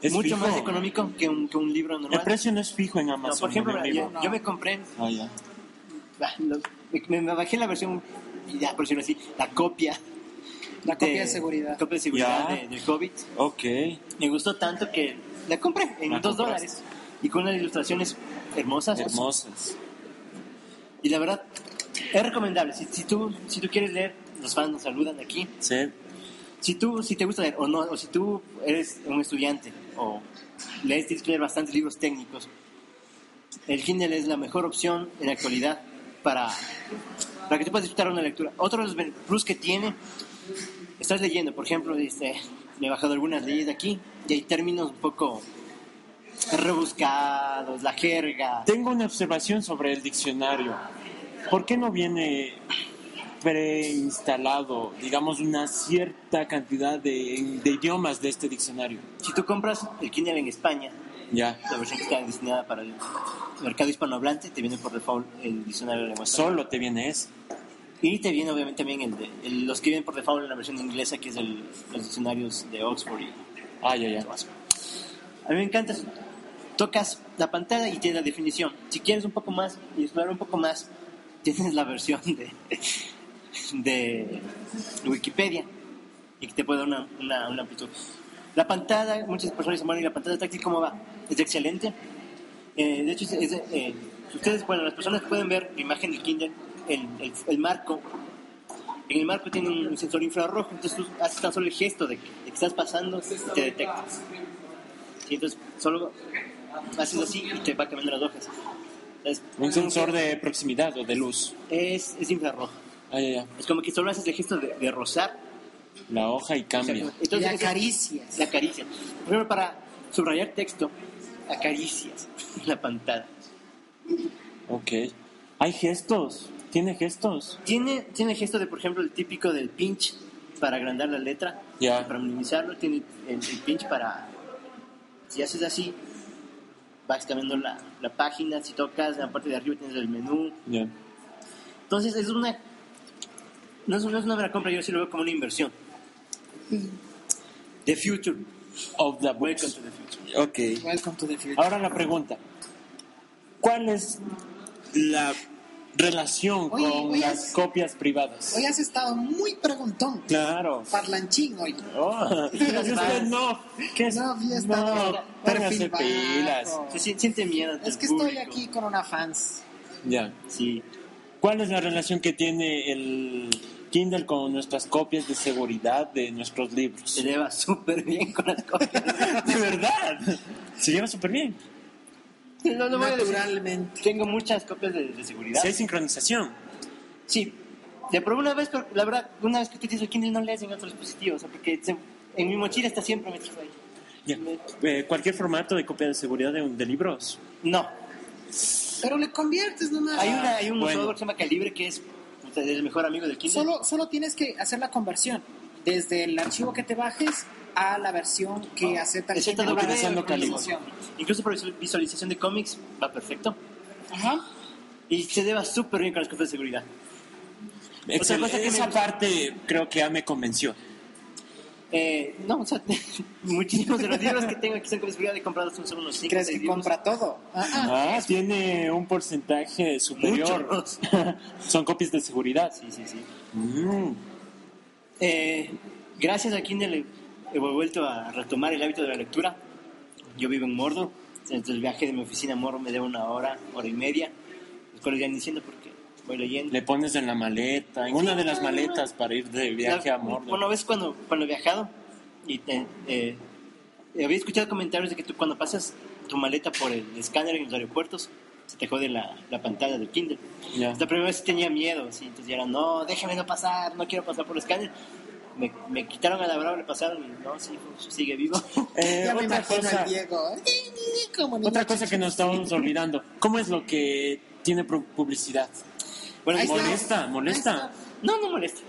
Speaker 3: Es
Speaker 4: mucho
Speaker 3: fijo.
Speaker 4: más económico que un, que un libro
Speaker 3: El
Speaker 4: normal.
Speaker 3: precio no es fijo en
Speaker 4: No,
Speaker 3: Amazon.
Speaker 4: por ejemplo,
Speaker 3: no en
Speaker 4: yo,
Speaker 3: vivo.
Speaker 4: yo me compré,
Speaker 3: Ah, ya.
Speaker 4: ah, los- me, me bajé la versión, ya por decirlo así, la copia.
Speaker 2: La copia de seguridad.
Speaker 4: Copia de seguridad
Speaker 3: Ya.
Speaker 4: de- del Hobbit.
Speaker 3: Ok.
Speaker 4: Me gustó tanto que la compré en
Speaker 3: La
Speaker 4: dos
Speaker 3: compraste.
Speaker 4: dólares y con unas ilustraciones hermosas.
Speaker 3: Hermosas.
Speaker 4: Y la verdad, es recomendable. Si, si tú, si tú quieres leer, los fans nos saludan aquí.
Speaker 3: Sí.
Speaker 4: Si tú si te gusta leer o no, o si tú eres un estudiante o lees, tienes que leer bastantes libros técnicos, el Kindle es la mejor opción en la actualidad para, para que tú puedas disfrutar una lectura. Otro de los ben- plus que tiene, estás leyendo, por ejemplo, dice, me he bajado algunas leyes de aquí y hay términos un poco rebuscados, la jerga.
Speaker 3: Tengo una observación sobre el diccionario. ¿Por qué no viene preinstalado, digamos, una cierta cantidad de, de idiomas de este diccionario?
Speaker 4: Si tú compras el Kindle en España,
Speaker 3: Ya.
Speaker 4: La versión que está destinada para el mercado hispanohablante te viene por default el diccionario de lengua española.
Speaker 3: Solo te viene eso.
Speaker 4: Y te viene obviamente también el de, el- los que vienen por default en la versión inglesa, que es el, los diccionarios de Oxford y
Speaker 3: Ah, ya, ya.
Speaker 4: demás. A mí me encanta. eso. Tocas la pantalla y tienes la definición. Si quieres un poco más y explorar un poco más, tienes la versión de, de Wikipedia y que te puede dar una, una, una amplitud. La pantalla, muchas personas dicen, bueno, ¿y la pantalla táctil cómo va? Es excelente. Eh, de hecho, es- es, eh, ustedes, bueno, las personas pueden ver la imagen del Kindle, el, el, el marco. En el marco tiene un, un sensor infrarrojo, entonces tú haces tan solo el gesto de que, de que estás pasando y te detecta. Y entonces solo haces así y te va cambiando las hojas. Entonces,
Speaker 3: Un sensor de proximidad o de luz.
Speaker 4: Es, es infrarrojo.
Speaker 3: Ah, ya, ya.
Speaker 4: Es como que solo haces el gesto de, de rozar.
Speaker 3: La hoja y cambia.
Speaker 4: Entonces,
Speaker 2: y
Speaker 4: eso-
Speaker 2: acaricias.
Speaker 4: la acaricia. Por ejemplo, para subrayar texto, acaricias la pantalla.
Speaker 3: Ok. Hay gestos. Tiene gestos.
Speaker 4: Tiene, tiene el gesto de, por ejemplo, el típico del pinch para agrandar la letra,
Speaker 3: Ya.
Speaker 4: para minimizarlo, tiene el, el pinch para... Si haces así, vas cambiando la, la página, si tocas en la parte de arriba tienes el menú.
Speaker 3: Ya.
Speaker 4: Entonces es una... No es, no es una mera compra, yo sí lo veo como una inversión. The future.
Speaker 3: Of the
Speaker 4: Welcome
Speaker 3: books.
Speaker 4: to the future.
Speaker 3: Ok.
Speaker 2: Welcome to the future.
Speaker 3: Ahora la pregunta. ¿Cuál es la relación
Speaker 2: Oye,
Speaker 3: con
Speaker 2: oye,
Speaker 3: las
Speaker 2: es-
Speaker 3: copias privadas?
Speaker 2: Hoy has estado muy preguntón.
Speaker 3: Claro.
Speaker 2: Parlanchín hoy.
Speaker 3: Oh, usted no. ¿Qué es?
Speaker 2: No, ya está.
Speaker 3: no, póngase
Speaker 2: Perfil bajo.
Speaker 3: pilas.
Speaker 4: Se sien- siente miedo. ante
Speaker 2: Es
Speaker 4: el
Speaker 2: que estoy
Speaker 4: público.
Speaker 2: aquí con una fans.
Speaker 3: Ya.
Speaker 4: Sí.
Speaker 3: ¿Cuál es la relación que tiene el Kindle con nuestras copias de seguridad de nuestros libros?
Speaker 4: Se lleva súper bien con las copias.
Speaker 3: De verdad. Se lleva súper bien.
Speaker 4: No, no voy a decir.
Speaker 2: Naturalmente.
Speaker 4: Tengo muchas copias de, de seguridad.
Speaker 3: Si hay sincronización.
Speaker 4: Sí, le probé una vez, pero la verdad, una vez que utilizo el Kindle no lees en otros dispositivos, o sea, porque se- en mi mochila está siempre metido ahí.
Speaker 3: Ya. Eh, cualquier formato de copia de seguridad de, de libros.
Speaker 4: No,
Speaker 2: Pero le conviertes nomás.
Speaker 4: hay, una, hay un
Speaker 3: bueno.
Speaker 4: software que se llama Calibre que es puta, el mejor amigo del Kindle.
Speaker 2: Solo, solo tienes que hacer la conversión. Desde el archivo que te bajes a la versión que acepta el
Speaker 4: Excepto
Speaker 2: Kindle
Speaker 4: doble
Speaker 2: para
Speaker 4: D,
Speaker 2: la
Speaker 4: Calibre.
Speaker 2: organización.
Speaker 4: Incluso para visual- visualización de cómics va perfecto.
Speaker 2: Ajá.
Speaker 4: Y se lleva súper bien con las copias de seguridad.
Speaker 3: Excel-
Speaker 4: cosa que me
Speaker 3: esa
Speaker 4: gusta-
Speaker 3: parte creo que ya me convenció.
Speaker 4: Eh, no, o sea, muchísimos de los libros que tengo aquí son con seguridad de comprados son solo unos 5
Speaker 2: ¿Crees que compra todo? Ah, ah.
Speaker 3: Ah, tiene un porcentaje superior.
Speaker 4: Muchos.
Speaker 3: Son copias de seguridad.
Speaker 4: Sí, sí, sí.
Speaker 3: Mm.
Speaker 4: Eh, gracias a Kindle he, he vuelto a retomar el hábito de la lectura. Yo vivo en Mordo, entonces el viaje de mi oficina a Mordo me da una hora, hora y media, los cuales ya ni siento porque voy leyendo.
Speaker 3: Le pones en la maleta, en una de las maletas para ir de viaje a Mordor.
Speaker 4: Bueno, ves cuando, cuando he viajado y te- eh, había escuchado comentarios de que tú cuando pasas tu maleta por el escáner en los aeropuertos se te jode la, la pantalla del Kindle.
Speaker 3: Ya.
Speaker 4: La primera vez sí tenía miedo, sí, entonces ya era, no, déjame no pasar, no quiero pasar por el escáner. Me, me quitaron a la brava, le pasaron y no, sí, pues, sigue vivo.
Speaker 3: Eh,
Speaker 2: ya me
Speaker 3: otra
Speaker 2: imagino
Speaker 3: cosa,
Speaker 2: al Diego. ¿eh? Como niño
Speaker 3: otra cosa que nos estábamos olvidando. ¿Cómo es lo que tiene pro- publicidad?
Speaker 4: Bueno,
Speaker 2: Ahí está.
Speaker 3: Molesta,
Speaker 2: Ahí
Speaker 3: molesta.
Speaker 2: está.
Speaker 4: no, no molesta.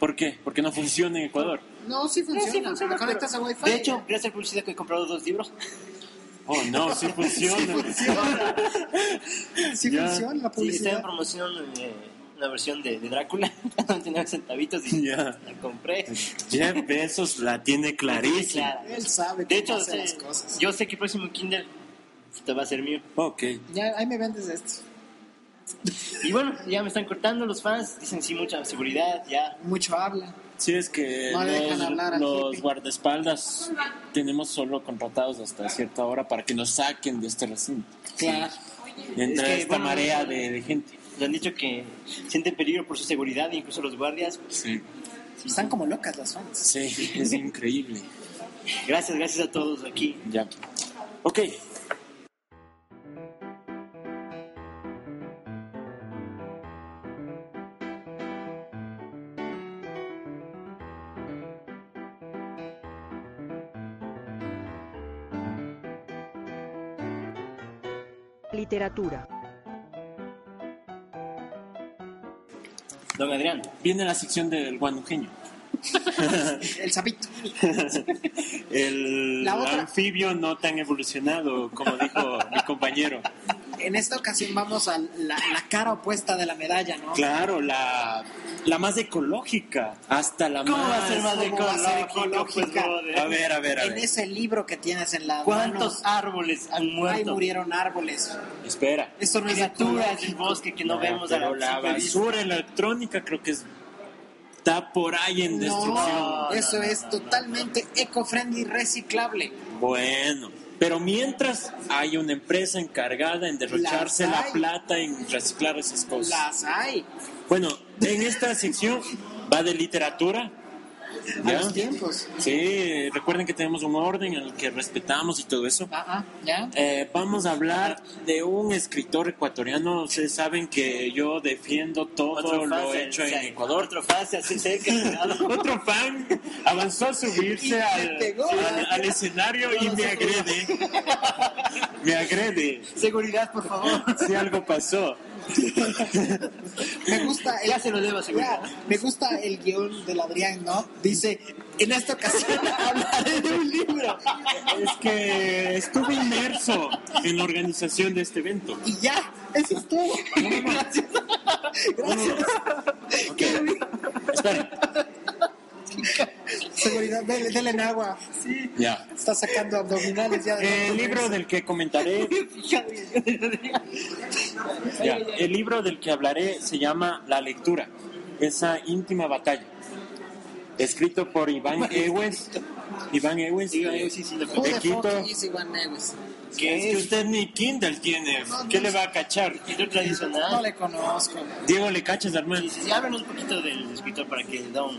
Speaker 3: ¿Por qué? Porque no funciona en Ecuador.
Speaker 2: No, sí funciona.
Speaker 4: Sí, funciona, pero-
Speaker 2: Conectas a Wi-Fi.
Speaker 4: De hecho, gracias a la publicidad que he comprado dos libros.
Speaker 3: Oh, no, sí funciona.
Speaker 2: sí funciona
Speaker 3: Ya.
Speaker 2: la
Speaker 4: Sí, estaba en
Speaker 2: publicidad.
Speaker 4: promoción eh, una versión de, de Drácula, 99 centavitos y
Speaker 3: Ya.
Speaker 4: la compré.
Speaker 3: Jeff Bezos la tiene clarísima.
Speaker 4: Clara.
Speaker 2: Él sabe
Speaker 4: De
Speaker 2: cómo
Speaker 4: hecho,
Speaker 2: hace
Speaker 4: eh,
Speaker 2: las cosas.
Speaker 4: yo sé que el próximo Kindle pues, te va a ser mío.
Speaker 3: Ok.
Speaker 2: Ya, ahí me vendes esto.
Speaker 4: Y bueno, ya me están cortando los fans, dicen sí, mucha seguridad, ya.
Speaker 2: Mucho habla.
Speaker 3: Sí, es que
Speaker 2: No le dejan hablar al
Speaker 3: los, los
Speaker 2: jefe.
Speaker 3: guardaespaldas tenemos solo contratados hasta cierta hora para que nos saquen de este recinto.
Speaker 2: Claro.
Speaker 3: Entre
Speaker 4: Es que,
Speaker 3: esta
Speaker 4: bueno,
Speaker 3: marea
Speaker 4: no-
Speaker 3: de, de gente.
Speaker 4: Le han dicho que sienten peligro por su seguridad, incluso los guardias.
Speaker 3: Sí.
Speaker 2: Están como locas las fans.
Speaker 3: Sí, es increíble.
Speaker 4: Gracias, gracias a todos aquí.
Speaker 3: Ya. Ok.
Speaker 8: Literatura.
Speaker 4: Don Adrián,
Speaker 3: Viene la sección del guanujeño.
Speaker 2: ¿eh? El sapito.
Speaker 3: El
Speaker 2: La otra-
Speaker 3: anfibio no tan evolucionado, como dijo mi compañero.
Speaker 2: En esta ocasión vamos a la, la cara opuesta de la medalla, ¿no?
Speaker 3: Claro, la, la más ecológica. Hasta la
Speaker 4: ¿cómo
Speaker 3: más.
Speaker 4: va a ser más
Speaker 2: ¿cómo va a ser
Speaker 4: ecológico? Pues,
Speaker 2: ecológica?
Speaker 4: brother?
Speaker 3: A ver, a ver, a
Speaker 2: En
Speaker 3: ver.
Speaker 2: ese libro que tienes en la
Speaker 4: ¿Cuántos árboles han
Speaker 2: mano, ahí
Speaker 4: muerto?
Speaker 2: murieron árboles.
Speaker 3: Espera.
Speaker 2: Esto no es
Speaker 4: Criaturas del
Speaker 2: ecológico.
Speaker 4: bosque que no
Speaker 3: Ah,
Speaker 4: vemos a
Speaker 3: pero la
Speaker 4: la, simple vista.
Speaker 3: basura electrónica creo que es- está por ahí en destrucción.
Speaker 2: No, eso es totalmente eco-friendly reciclable.
Speaker 3: Bueno, pero mientras hay una empresa encargada en derrocharse
Speaker 2: Las
Speaker 3: la
Speaker 2: hay.
Speaker 3: plata en reciclar esas cosas.
Speaker 2: Las hay.
Speaker 3: Bueno, en esta sección va de literatura.
Speaker 2: A los tiempos.
Speaker 3: Sí, recuerden que tenemos un orden en el que respetamos y todo eso.
Speaker 2: Ah, ah, ¿ya?
Speaker 3: Eh, vamos a hablar de un escritor ecuatoriano. Ustedes saben que yo defiendo todo lo
Speaker 4: fase,
Speaker 3: hecho
Speaker 4: o sea,
Speaker 3: en Ecuador.
Speaker 4: Otro fase, así cerca. cuidado.
Speaker 3: Otro fan avanzó a
Speaker 2: Y te
Speaker 3: subirse al,
Speaker 2: pegó.
Speaker 3: al- al escenario y me agrede. Me agrede.
Speaker 4: Seguridad, por favor.
Speaker 3: Si algo pasó.
Speaker 2: Me gusta el,
Speaker 4: Ya se lo debo asegurar.
Speaker 2: Ya, me gusta el guión del Adrián, ¿no? Dice, en esta ocasión hablaré de un libro.
Speaker 3: Es que estuve inmerso en la organización de este evento.
Speaker 2: Y ya, eso es todo. Gracias. Gracias.
Speaker 3: Esperen.
Speaker 2: Seguridad, dele, dele en agua.
Speaker 3: Ya.
Speaker 2: Está sacando abdominales ya.
Speaker 3: El libro del que comentaré. Ya. El libro del que hablaré se llama La lectura, esa íntima batalla. Escrito por Iván Ewes. Iván Ewes.
Speaker 4: Digo,
Speaker 3: de-
Speaker 4: yo sí, sí, lo
Speaker 2: Who
Speaker 4: que-
Speaker 2: the fuck
Speaker 3: Quito.
Speaker 2: is Iwan Lewis?
Speaker 3: Es
Speaker 4: ¿Qué
Speaker 3: que
Speaker 4: es?
Speaker 3: usted ni Kindle tiene. ¿Qué le va a cachar?
Speaker 4: Escritor
Speaker 2: No
Speaker 4: tradicional.
Speaker 2: le conozco.
Speaker 3: Diego, ¿le cachas, hermano?
Speaker 4: Sí, sí, háblanos un poquito del escritor para que da un...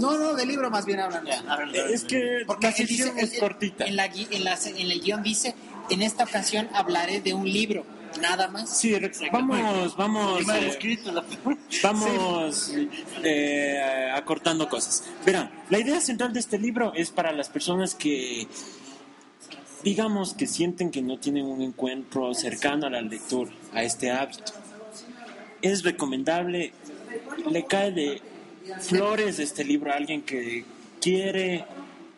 Speaker 2: No, no, del libro más bien hablan.
Speaker 4: Ya, háblanos,
Speaker 3: Es que
Speaker 2: Porque
Speaker 3: la
Speaker 2: él dice,
Speaker 3: sección es
Speaker 2: él-
Speaker 3: cortita.
Speaker 2: En, la, gui- en, la- en el guión dice, en esta ocasión hablaré de un libro, nada más.
Speaker 3: Sí, re- vamos, vamos,
Speaker 4: Mal
Speaker 3: eh,
Speaker 4: escrito, la
Speaker 3: vamos eh, acortando cosas. Verán, la idea central de este libro es para las personas que, digamos, que sienten que no tienen un encuentro cercano a la lectura, a este hábito. Es recomendable, le cae de flores este libro a alguien que quiere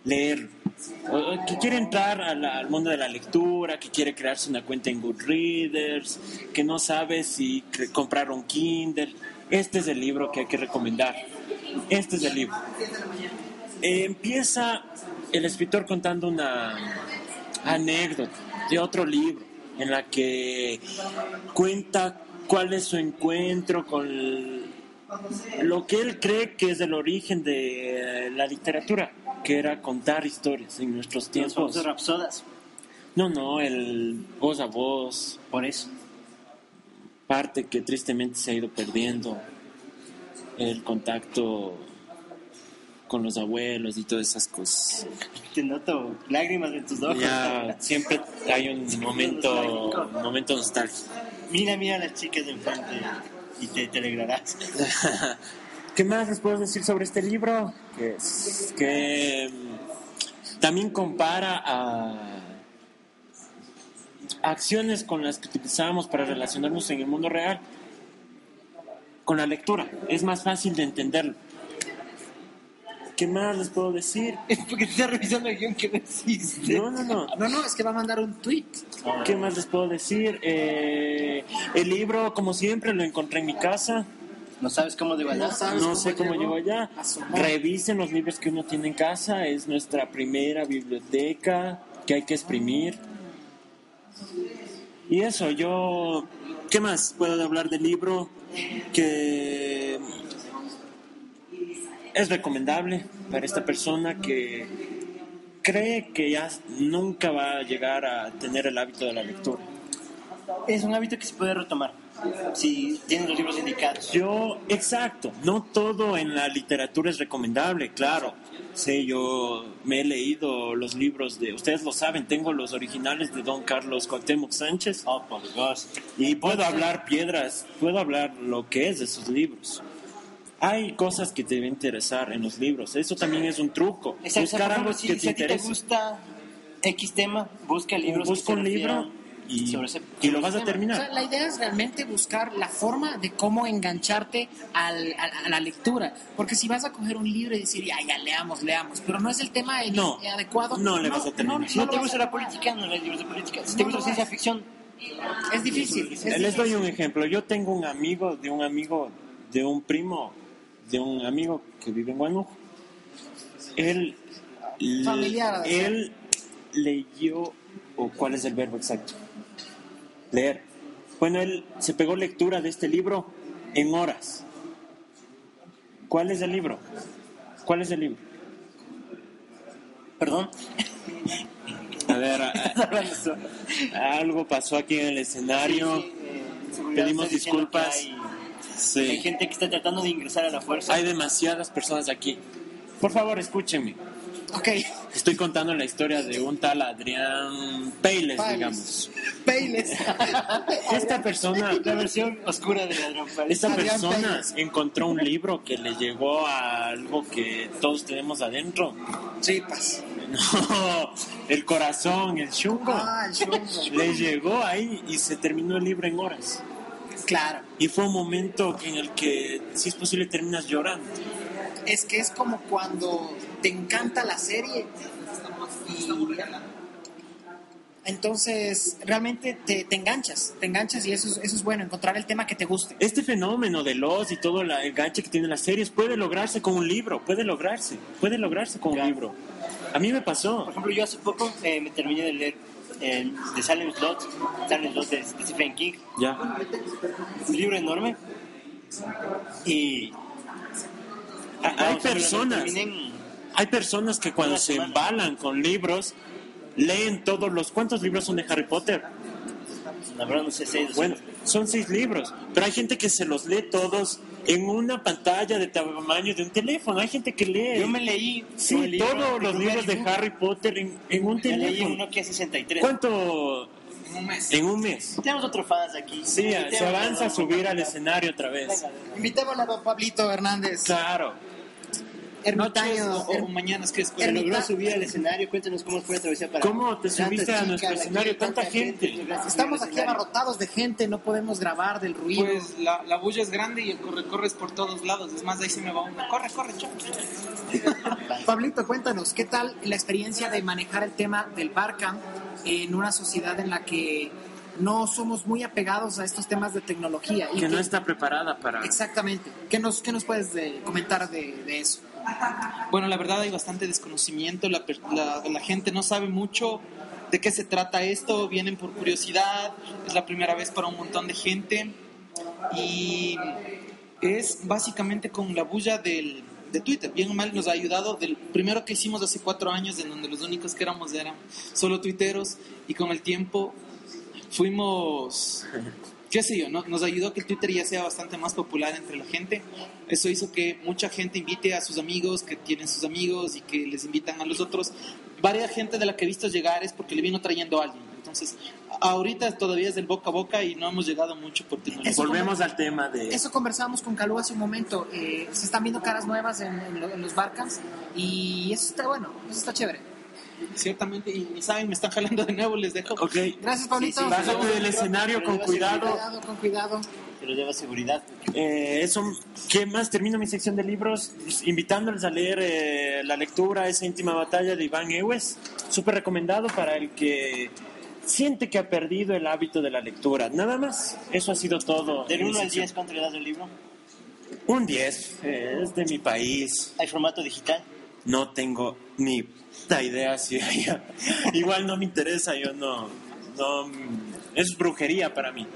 Speaker 3: leer, o- o que quiere entrar a la- al mundo de la lectura, que quiere crearse una cuenta en Goodreaders, que no sabe si cre- comprar un Kindle. Este es el libro que hay que recomendar. Este es el libro. Eh, empieza el escritor contando una anécdota de otro libro en la que cuenta cuál es su encuentro con el- lo que él cree que es el origen de eh, la literatura, que era contar historias en nuestros
Speaker 4: Los famosos
Speaker 3: tiempos.
Speaker 4: rapsodas.
Speaker 3: No, no, el voz a voz,
Speaker 4: Por eso.
Speaker 3: parte que tristemente se ha ido perdiendo, el contacto con los abuelos y todas esas cosas.
Speaker 4: Te noto lágrimas en tus ojos.
Speaker 3: Ya siempre hay un momento,
Speaker 4: Nostálgico.
Speaker 3: un momento nostálgico.
Speaker 4: Mira, mira a las chicas de enfrente y te, te alegrarás.
Speaker 3: ¿Qué más les puedo decir sobre este libro? Que, es- que mm, también compara a acciones con las que utilizábamos para relacionarnos en el mundo real con la lectura. Es más fácil de entenderlo. ¿Qué más les puedo decir?
Speaker 4: Es porque te estás revisando el guión que no existe.
Speaker 3: No, no, no.
Speaker 2: No, no, es que va a mandar un tweet.
Speaker 3: ¿Qué más les puedo decir? Eh, el libro, como siempre, lo encontré en mi casa.
Speaker 4: No sabes cómo de
Speaker 2: No
Speaker 4: balanza.
Speaker 2: sabes
Speaker 3: No sé cómo llegó allá.
Speaker 2: Asomó.
Speaker 3: Revisen los libros que uno tiene en casa. Es nuestra primera biblioteca que hay que exprimir. Y eso, yo... ¿Qué más puedo hablar del libro? Que es recomendable para esta persona que cree que ya nunca va a llegar a tener el hábito de la lectura.
Speaker 4: Es un hábito que se puede retomar. Si tienes los libros indicados.
Speaker 3: Yo, exacto, no todo en la literatura es recomendable, claro. Sí, yo me he leído los libros de, ustedes lo saben, tengo los originales de Don Carlos Cuauhtémoc Sánchez
Speaker 4: Oh, por Dios.
Speaker 3: y puedo hablar piedras, puedo hablar lo que es de sus libros. Hay cosas que te deben interesar en los libros, eso también es un truco,
Speaker 4: Exacto.
Speaker 3: buscar
Speaker 4: por ejemplo,
Speaker 3: algo
Speaker 4: si,
Speaker 3: que
Speaker 4: si
Speaker 3: te
Speaker 4: a ti te
Speaker 3: interese.
Speaker 4: gusta X tema, busca libros. que
Speaker 3: Busca
Speaker 4: se
Speaker 3: un libro
Speaker 4: refieran
Speaker 3: y,
Speaker 4: sobre ese-
Speaker 3: y lo vas a
Speaker 2: tema.
Speaker 3: terminar.
Speaker 2: O sea, la idea es realmente buscar la forma de cómo engancharte al- a, a la lectura. Porque si vas a coger un libro y decir, ya, ya, leamos, leamos, pero no es el tema el-
Speaker 3: No,
Speaker 2: adecuado.
Speaker 3: no le vas a terminar.
Speaker 4: Si no,
Speaker 2: lo
Speaker 4: te
Speaker 2: vas a
Speaker 4: gusta la
Speaker 2: acabar.
Speaker 4: política, no lees libros de política. Si
Speaker 2: No
Speaker 4: te
Speaker 2: lo
Speaker 4: gusta la
Speaker 2: vas.
Speaker 4: ciencia ficción,
Speaker 2: Es difícil. es
Speaker 3: Eh, Les doy
Speaker 2: difícil.
Speaker 3: un ejemplo. Yo tengo un amigo de un amigo de un primo de un amigo que vive en Guanajuato. Él
Speaker 2: Familiar, de
Speaker 3: él leyó o cuál es el verbo exacto. Leer. Bueno, él se pegó lectura de este libro en horas. ¿Cuál es el libro? ¿Cuál es el libro?
Speaker 4: perdón,
Speaker 3: A ver, a- a- algo pasó aquí en el escenario.
Speaker 4: Sí, sí, eh, seguridad
Speaker 3: Pedimos
Speaker 4: está diciendo
Speaker 3: disculpas.
Speaker 4: que
Speaker 3: Sí.
Speaker 4: Hay, hay gente que está tratando de ingresar a la fuerza.
Speaker 3: Hay demasiadas personas aquí. Por favor, escúchenme.
Speaker 2: Ok,
Speaker 3: Estoy contando la historia de un tal Adrián Peiles,
Speaker 2: Pailes.
Speaker 3: digamos.
Speaker 2: Peiles.
Speaker 3: Esta persona,
Speaker 4: La versión oscura de la trampa.
Speaker 3: esta
Speaker 2: Adrián
Speaker 3: persona
Speaker 2: Pailes.
Speaker 3: encontró un libro que le llegó a algo que todos tenemos adentro.
Speaker 2: Tripas.
Speaker 3: No, el corazón, el chungo.
Speaker 2: Ah, el chungo.
Speaker 3: Le llegó ahí y se terminó el libro en horas.
Speaker 2: Claro.
Speaker 3: Y fue un momento en el que, si es posible, terminas llorando.
Speaker 2: Es que es como cuando te encanta la serie y entonces realmente te, te enganchas, te enganchas y eso es, eso es bueno, encontrar el tema que te guste.
Speaker 3: Este fenómeno de los y todo la, el ganche que tienen las series puede lograrse con un libro, puede lograrse, puede lograrse con un libro. A mí me pasó.
Speaker 4: Por ejemplo, yo hace poco eh, me terminé de leer eh, The Silent Slot, Silent Slot de, de Stephen King,
Speaker 3: Ya.
Speaker 4: un libro enorme. Y
Speaker 3: Ah, Hay
Speaker 4: vamos, lo
Speaker 3: personas,
Speaker 4: terminé en-
Speaker 3: hay personas que cuando
Speaker 4: Una
Speaker 3: se
Speaker 4: semana.
Speaker 3: embalan con libros leen todos los cuántos libros son de Harry Potter.
Speaker 4: la verdad no sé, seis,
Speaker 3: Bueno, son seis libros, pero hay gente que se los lee todos en una pantalla de tamaño de un teléfono. Hay gente que lee.
Speaker 4: Yo me leí
Speaker 3: Sí,
Speaker 4: todo el libro,
Speaker 3: todos los
Speaker 4: me
Speaker 3: libros de
Speaker 4: leí-
Speaker 3: Harry Potter en, en un
Speaker 4: Me leí
Speaker 3: teléfono.
Speaker 4: uno que es 63.
Speaker 3: ¿Cuánto? En un mes.
Speaker 4: Tenemos otro fans aquí.
Speaker 3: Sí, se
Speaker 4: Tenemos
Speaker 3: avanza a
Speaker 4: otro-
Speaker 3: subir al escenario otra vez.
Speaker 4: Venga, venga.
Speaker 2: Invitémosle a don Pablito Hernández,
Speaker 3: Claro.
Speaker 2: ermitaño, her-
Speaker 9: mañanas que es
Speaker 4: Se logró
Speaker 2: ermita-
Speaker 4: subir al escenario. Cuéntanos cómo fue la travesía para.
Speaker 3: ¿Cómo te subiste a
Speaker 2: chicas
Speaker 3: nuestro
Speaker 2: aquí,
Speaker 3: escenario tanta gente?
Speaker 4: Lograste subir
Speaker 2: Estamos
Speaker 4: al
Speaker 2: aquí
Speaker 4: escenario.
Speaker 2: abarrotados de gente, no podemos grabar del ruido.
Speaker 9: Pues la, la bulla es grande y el corre corres por todos lados. Es más, de ahí se me va uno. Corre, corre, chao.
Speaker 2: Pablito, cuéntanos, ¿qué tal la experiencia de manejar el tema del barcamp en una sociedad en la que no somos muy apegados a estos temas de tecnología? y
Speaker 3: Que no
Speaker 2: que-
Speaker 3: está preparada para...
Speaker 2: Exactamente. ¿Qué nos, qué nos puedes de- comentar de, de eso?
Speaker 9: Bueno, la verdad hay bastante desconocimiento, la, per- la- la gente no sabe mucho de qué se trata esto, vienen por curiosidad, es la primera vez para un montón de gente y es básicamente con la bulla del, de Twitter. Bien o mal nos ha ayudado del primero que hicimos hace cuatro años, en donde los únicos que éramos eran solo tuiteros y con el tiempo fuimos qué sé yo, ¿no? nos ayudó que el Twitter ya sea bastante más popular entre la gente. Eso hizo que mucha gente invite a sus amigos, que tienen sus amigos y que les invitan a los otros. Varia gente de la que he visto llegar es porque le vino trayendo a alguien. Entonces, a- ahorita todavía es del boca a boca y no hemos llegado mucho por tecnología.
Speaker 2: Eso
Speaker 3: Volvemos al tema de...
Speaker 2: Eso conversábamos con Calú hace un momento. eh, se están viendo caras nuevas en, en lo- en los Barcans y eso está bueno, eso está chévere.
Speaker 9: Ciertamente, y ni saben, me están jalando de nuevo, les dejo.
Speaker 3: Ok,
Speaker 2: Gracias, Pablito.
Speaker 3: bájate del escenario con cuidado.
Speaker 2: cuidado, con cuidado.
Speaker 4: Se lo lleva seguridad.
Speaker 3: Eh, eso, ¿qué más? Termino mi sección de libros pues, invitándoles a leer eh, la lectura Esa íntima batalla de Iván Ewes. Súper recomendado para el que siente que ha perdido el hábito de la lectura. Nada más, eso ha sido todo.
Speaker 4: Del
Speaker 3: en mi
Speaker 4: 1 al
Speaker 3: sección.
Speaker 4: 10, ¿cuánto le das del libro?
Speaker 3: Un 10. eh, es de mi país.
Speaker 4: ¿Hay formato digital?
Speaker 3: No tengo ni puta idea si hay- Igual no me interesa, yo no... no es brujería para mí.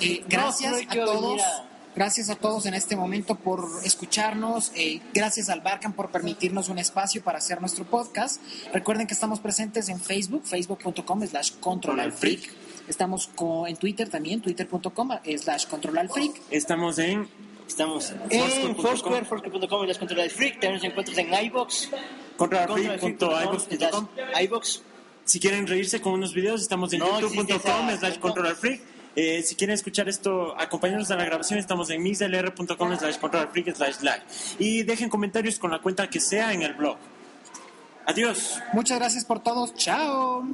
Speaker 2: Eh, gracias
Speaker 4: No, pero hay
Speaker 2: a
Speaker 4: que
Speaker 2: todos.
Speaker 4: venir a-
Speaker 2: Gracias a todos en este momento por escucharnos. eh, gracias al Barcan por permitirnos un espacio para hacer nuestro podcast. Recuerden que estamos presentes en Facebook, facebook.com slash controlalfreak. Estamos co- en Twitter también, twitter.com slash controlalfreak.
Speaker 3: Estamos en...
Speaker 4: Estamos
Speaker 3: Foursquare
Speaker 4: en
Speaker 3: punto com.
Speaker 4: Foursquare, Foursquare.com y las controlas freak. También nos encuentras en iBox.
Speaker 3: controlarfreak.ibox.com
Speaker 4: iBox.
Speaker 3: Si quieren reírse con unos videos, estamos en
Speaker 4: No existe
Speaker 3: youtube.com
Speaker 4: esa-
Speaker 3: slash controlarfreak. Eh, si quieren escuchar esto, acompañarnos a la grabación, estamos en mixlr.com slash controlarfreak slash live. Y dejen comentarios con la cuenta que sea en el blog. Adiós.
Speaker 2: Muchas gracias por todos. Chao.